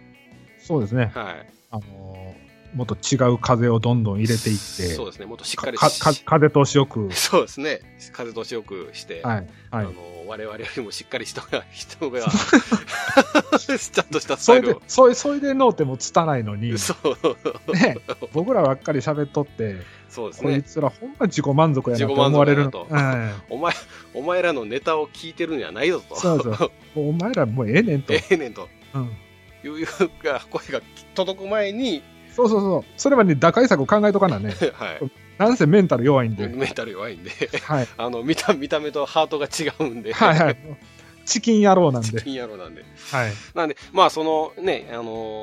[SPEAKER 2] そうですね。
[SPEAKER 1] はい、
[SPEAKER 2] あのーもっと違う風をどんどん入れていって、
[SPEAKER 1] そうですね、もっとしっかり
[SPEAKER 2] か
[SPEAKER 1] し、
[SPEAKER 2] か風通しよく
[SPEAKER 1] そうですね、風通しよくして、
[SPEAKER 2] はい。は
[SPEAKER 1] あ
[SPEAKER 2] い
[SPEAKER 1] の。ー我々よりもしっかり人が、 人 が、ちゃんとしたス
[SPEAKER 2] そ
[SPEAKER 1] タイ
[SPEAKER 2] れ
[SPEAKER 1] ル
[SPEAKER 2] で
[SPEAKER 1] を、。
[SPEAKER 2] それそれで脳ってもつたないのに、
[SPEAKER 1] そう
[SPEAKER 2] ね、僕らばっかり喋っとって、
[SPEAKER 1] そうです
[SPEAKER 2] こい
[SPEAKER 1] ね。
[SPEAKER 2] つらほんま自己満足やなって
[SPEAKER 1] 自己満
[SPEAKER 2] 思わ
[SPEAKER 1] 足
[SPEAKER 2] れ
[SPEAKER 1] やな
[SPEAKER 2] るの。
[SPEAKER 1] と
[SPEAKER 2] う
[SPEAKER 1] お
[SPEAKER 2] ん
[SPEAKER 1] 前、お前らのネタを聞いてるんじゃないぞと。
[SPEAKER 2] そう そう。もうお前らもうええねんと。
[SPEAKER 1] ええねんと。
[SPEAKER 2] うん
[SPEAKER 1] いうが声が届く前に、
[SPEAKER 2] そうそうそう。それはね、打開策を考えとかなね。
[SPEAKER 1] はい。
[SPEAKER 2] なんせメンタル弱いんで。
[SPEAKER 1] メンタル弱いんで、
[SPEAKER 2] はい。
[SPEAKER 1] あの、見た、見た目とハートが違うんで。
[SPEAKER 2] はいはい。チキン野郎なん で。
[SPEAKER 1] 金野郎なんで。
[SPEAKER 2] はい。
[SPEAKER 1] なんで、まあ、そのね、あのー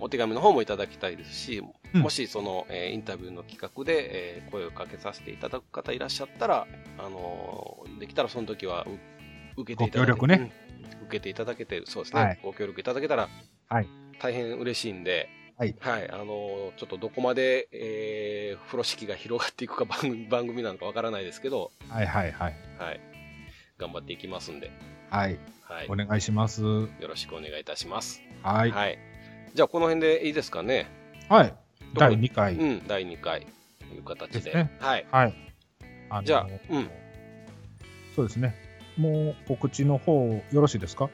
[SPEAKER 1] お手紙の方もいただきたいですし、
[SPEAKER 2] うん
[SPEAKER 1] もし、その、えーインタビューの企画で、えー声をかけさせていただく方いらっしゃったら、あのーできたらその時は、う受けていただけ
[SPEAKER 2] ご協力ね、
[SPEAKER 1] うん受けていただけて、そうですね、
[SPEAKER 2] はい
[SPEAKER 1] ご協力いただけたら、
[SPEAKER 2] はい
[SPEAKER 1] 大変嬉しいんで、
[SPEAKER 2] はい
[SPEAKER 1] あのーちょっとどこまで、えー風呂敷が広がっていくか番組番組なのかわからないですけど、
[SPEAKER 2] はいはいはい。
[SPEAKER 1] はい、頑張っていきますんで、
[SPEAKER 2] はい。
[SPEAKER 1] はい
[SPEAKER 2] お、願いします。は
[SPEAKER 1] よろしくお願いいたします。
[SPEAKER 2] い。
[SPEAKER 1] はい、じゃあこの辺でいいですかね、
[SPEAKER 2] はい。第
[SPEAKER 1] 特に
[SPEAKER 2] 2回。
[SPEAKER 1] うん、第2回という形で
[SPEAKER 2] ですね
[SPEAKER 1] はい、
[SPEAKER 2] はい。あの
[SPEAKER 1] じゃあ、うん、
[SPEAKER 2] そうですね。もう、告知の方、よろしいですか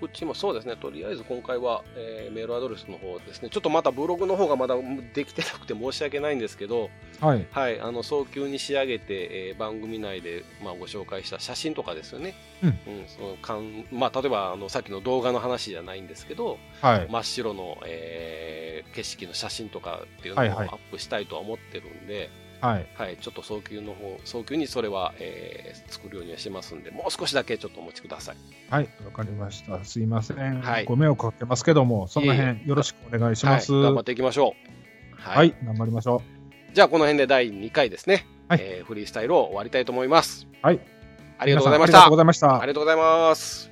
[SPEAKER 1] 告知もそうですねとりあえず今回は、えーメールアドレスの方ですねちょっとまたブログの方がまだできてなくて申し訳ないんですけど、
[SPEAKER 2] はい。
[SPEAKER 1] はい、あの早急に仕上げて、えー番組内で、まあ、ご紹介した写真とかですよね、
[SPEAKER 2] うん
[SPEAKER 1] そのかんまあ、例えばあのさっきの動画の話じゃないんですけど、
[SPEAKER 2] はい。
[SPEAKER 1] 真っ白の、えー景色の写真とかっていうのを
[SPEAKER 2] は
[SPEAKER 1] ア
[SPEAKER 2] いはい
[SPEAKER 1] ップしたいとは思ってるんで、
[SPEAKER 2] はい。
[SPEAKER 1] はい、ちょっと早急の方、早急にそれは、えー作るようにはしますんで、もう少しだけちょっとお待ちください。
[SPEAKER 2] はい。わかりました。すいません。
[SPEAKER 1] はい
[SPEAKER 2] ご迷惑かけますけども、その
[SPEAKER 1] いえい
[SPEAKER 2] 辺、
[SPEAKER 1] え
[SPEAKER 2] よろしくお願いします。
[SPEAKER 1] はい、頑張
[SPEAKER 2] は
[SPEAKER 1] っていきましょう。はい
[SPEAKER 2] い。。頑張りましょ
[SPEAKER 1] じゃあ、この辺で第2回ですね、
[SPEAKER 2] はい
[SPEAKER 1] えーフリースタイルを終わりたいと思います。
[SPEAKER 2] う。はい。
[SPEAKER 1] ありがとうございまし
[SPEAKER 2] 皆
[SPEAKER 1] た
[SPEAKER 2] さんありがとうご。ざいまし
[SPEAKER 1] あ。
[SPEAKER 2] た
[SPEAKER 1] りがとうございます。